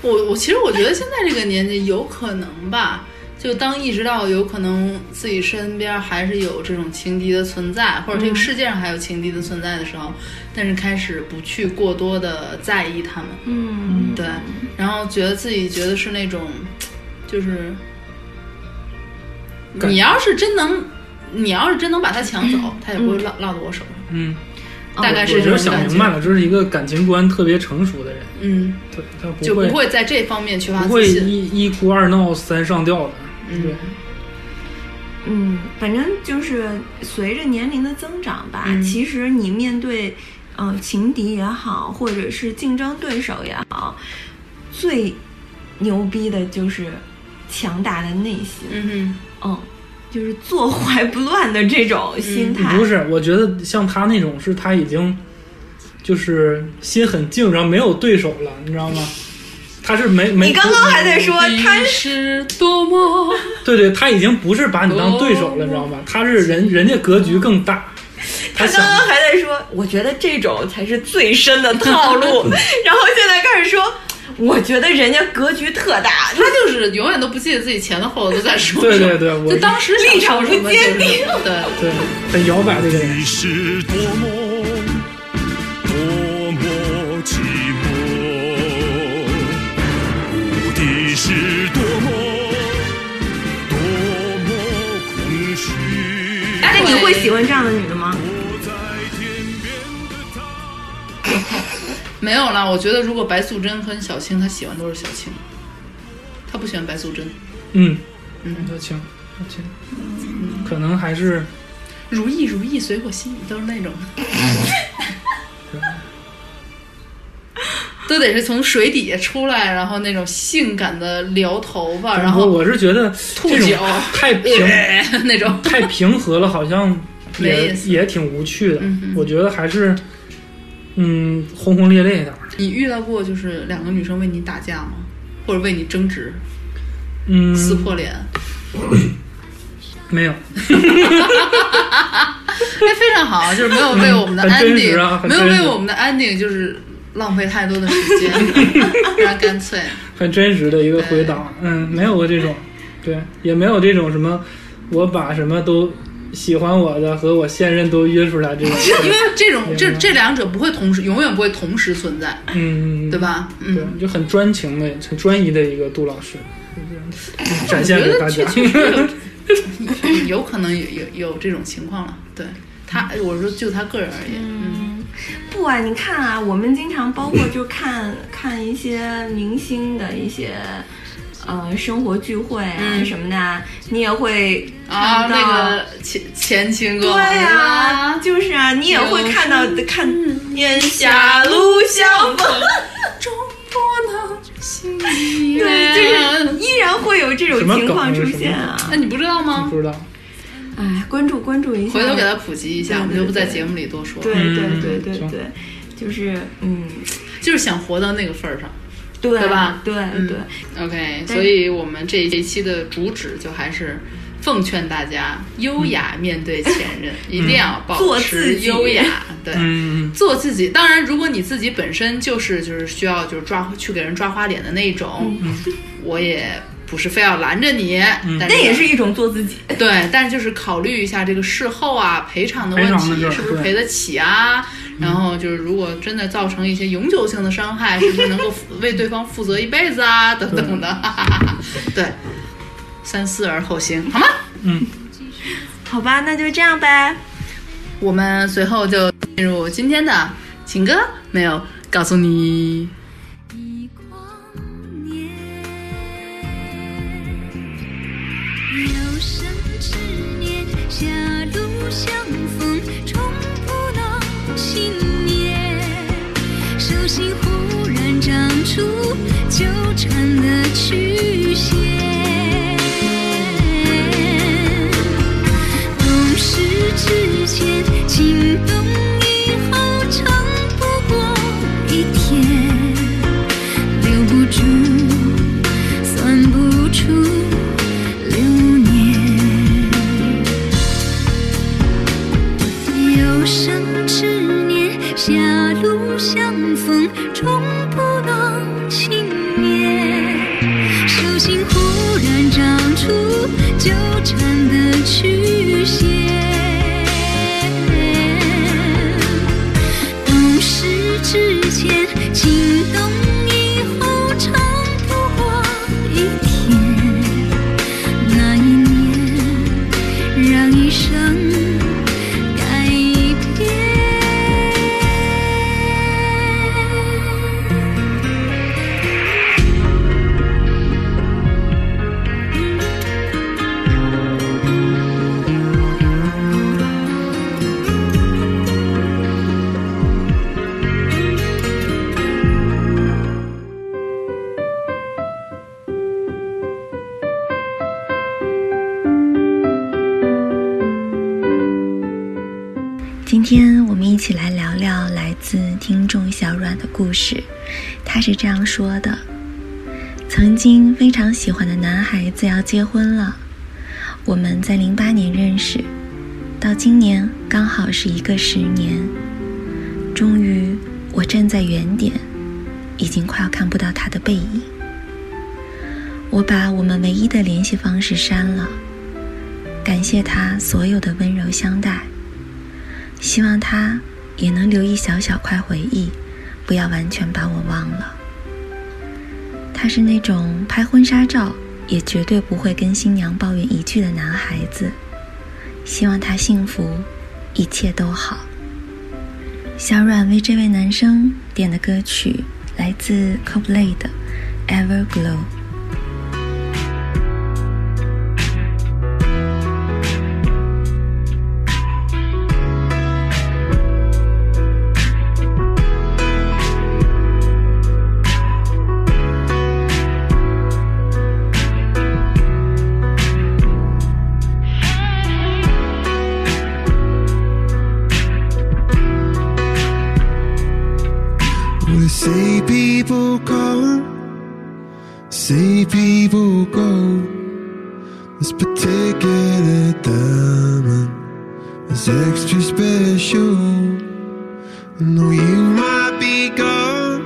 S6: 我我其实我觉得现在这个年纪有可能吧，就当意识到有可能自己身边还是有这种情敌的存在，或者
S5: 嗯
S6: 这个世界上还有情敌的存在的时候，但是开始不去过多的在意他们，
S5: 嗯，
S6: 对，然后觉得自己觉得是那种，就是
S7: 感
S6: 你要是真能，你要是真能把他抢走，
S5: 嗯
S6: 他也不会落落到我手上，
S7: 嗯，
S6: 大概
S7: 我
S6: 是
S7: 觉
S6: 这
S7: 得
S6: 种
S7: 想
S6: 感
S7: 明白
S6: 觉，
S7: 了，这是一个感情观特别成熟的人，
S6: 嗯，
S7: 对，他不
S6: 就
S7: 会
S6: 不会在这方面缺乏
S7: 不
S6: 自
S7: 会
S6: 信，
S7: 一一哭二闹三上吊的，对
S5: 嗯，
S6: 嗯，
S5: 反正就是随着年龄的增长吧，
S6: 嗯
S5: 其实你面对呃情敌也好，或者是竞争对手也好，最牛逼的就是强大的内心，
S6: 嗯哼。
S5: 嗯，就是坐怀不乱的这种心态。
S7: 嗯不是，我觉得像他那种是他已经就是心很静，然后没有对手了，你知道吗？他是没没
S5: 你刚刚还在说他
S6: 你是多么
S7: 对对，他已经不是把你当对手了，你知道吗？他是人人家格局更大，他
S5: 他刚
S7: 想
S5: 刚还在说，我觉得这种才是最深的套路，然后现在开始说，我觉得人家格局特大，
S6: 他就是永远都不记得自己前头后头都在说什么，
S7: 对对对我
S6: 就当时立场
S5: 立场不坚定
S7: 对
S6: 对，
S7: 很摇摆这个人
S11: 你。是多么多么寂寞，无敌是多么多么空虚。
S5: 那你会喜欢这样的女的吗？
S11: 我在天边的她。
S6: 没有啦。我觉得如果白素贞和小青，他喜欢都是小青，他不喜欢白素贞。
S7: 嗯，
S6: 嗯
S7: 那行，那行，可能还是
S6: 如意如意，随我心意，都是那种， 都得是从水底下出来，然后那种性感的撩头发，然
S7: 我
S6: 后
S7: 我是觉得
S6: 兔
S7: 这种
S6: 脚
S7: 太平
S6: 那种。
S7: 太平和了，好像
S6: 没
S7: 也
S6: 意思
S7: 也挺无趣的。
S6: 嗯哼
S7: 我觉得还是嗯轰轰烈烈一点儿。
S6: 你遇到过就是两个女生为你打架吗？或者为你争执、
S7: 嗯，
S6: 撕破脸？
S7: 没有，
S6: 哎，非常好，就是没有为我们的
S7: 嗯很真实
S6: ending，、
S7: 啊很
S6: 没
S7: 真
S6: 有
S7: 实
S6: 为我们的 ending 就是浪费太多的时间， 非常干脆。
S7: 很真实的一个回答。嗯，没有过这种，对，也没有这种什么，我把什么都喜欢我的和我现任都约出来这种。
S6: 因为这种这
S7: 明白
S6: 这两者不会同时，永远不会同时存在，
S7: 嗯，
S6: 对？吧？
S7: 对
S6: 嗯，，
S7: 就很专情的、很专一的一个杜老师，就是展现给大家。
S6: 有可能有有有这种情况了。对他，我说就他个人而言，嗯，
S5: 不啊，你看啊，我们经常包括就看 看一些明星的一些。呃，生活聚会啊
S6: 嗯
S5: 什么的，你也会
S6: 啊，
S5: 看到
S6: 那个前前情歌，
S5: 对啊，
S6: 哇
S5: 就是啊，你也会看到看烟
S6: 狭
S5: 霞
S6: 路
S5: 路相 逢，
S6: 终不能 幸免。
S5: 对，就是依然会有这种
S7: 什么
S5: 情
S7: 梗
S5: 况
S7: 啊
S5: 出
S7: 什么
S5: 现啊。
S6: 那你不知道吗？
S7: 不知道，
S5: 哎，关注关注一下，
S6: 回头给他普及一下，
S5: 对
S6: 我们就不在
S5: 对对
S6: 节目里多说了。
S5: 对
S7: 嗯
S5: 对对对
S7: 行
S5: 对，就是嗯，
S6: 就是想活到那个份儿上。
S5: 对
S6: 对吧
S5: 对
S6: 嗯
S5: 对，
S6: OK，
S5: 对
S6: 所以我们这一期的主旨就还是奉劝大家优雅面对前任，一定要
S5: 嗯
S6: 保
S5: 做自
S6: 持
S5: 己
S6: 优雅。对，
S7: 嗯，
S6: 做自己。当然，如果你自己本身就是就是需要就是抓去给人抓花脸的那一种，
S5: 嗯
S6: 我也不是非要拦着你，但
S5: 那也是一种做自己。
S6: 对，但是就是考虑一下这个事后啊赔偿的
S7: 赔
S6: 问
S7: 偿
S6: 题
S7: 的事儿
S6: 是不是
S7: 对
S6: 赔得起啊？然后就是如果真的造成一些永久性的 伤害，是不是能够负为对方负责一辈子啊？等等的，哈哈哈。对，三思而后行，好吗？
S5: 好吧，那就这样呗。
S6: 我们随后就进入今天的情歌，没有告诉你。
S4: 一光年，有生之年，狭路相逢，终不能幸免。手心忽然长出纠缠的曲线。懂事之前，心动以后，长不过一天，留不住，算不出流年。有生之年，狭路相逢，终不能幸免。手心忽然长出纠缠的曲线。懂事之前，心动以后，长不过一天。那一年，让一生。改变。
S12: 今天我们一起来聊聊来自听众小阮的故事。他是这样说的：曾经非常喜欢的男孩子要结婚了，我们在零八年认识，到今年刚好是一个十年。终于，我站在原点，已经快要看不到他的背影。我把我们唯一的联系方式删了，感谢他所有的温柔相待。希望他也能留一小小块回忆，不要完全把我忘了。他是那种拍婚纱照也绝对不会跟新娘抱怨一句的男孩子，希望他幸福，一切都好。小阮为这位男生点的歌曲来自 Coldplay 的《Everglow》。
S11: We see people come, see people go. This particular diamond is extra special. I know you might be gone,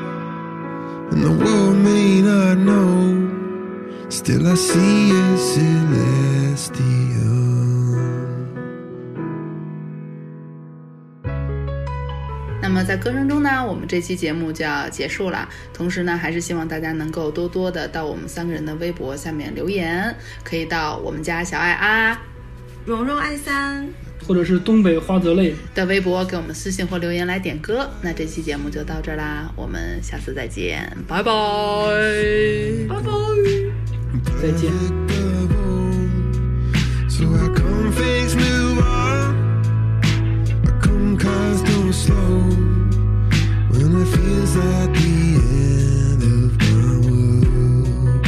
S11: and the world may not know. Still, I see a celestial.
S6: 那么在歌声中呢，我们这期节目就要结束了。同时呢，还是希望大家能够多多的到我们三个人的微博下面留言，可以到我们家小爱啊
S5: 蓉蓉爱三，
S7: 或者是东北花泽类，
S6: 的微博给我们私信或留言来点歌。那这期节目就到这儿啦，我们下次再见，拜拜，拜拜。
S7: 再见。
S11: So I come face new art. I come cause don't slow. When it feels like the end of my world.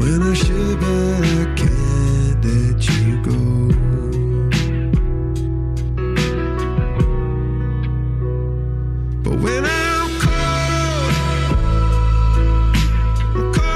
S11: When I should but I can't let you go. But when I'm cold cold.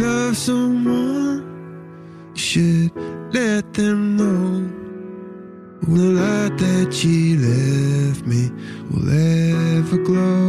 S13: love someone, you should let them know. The light that she left me will ever glow.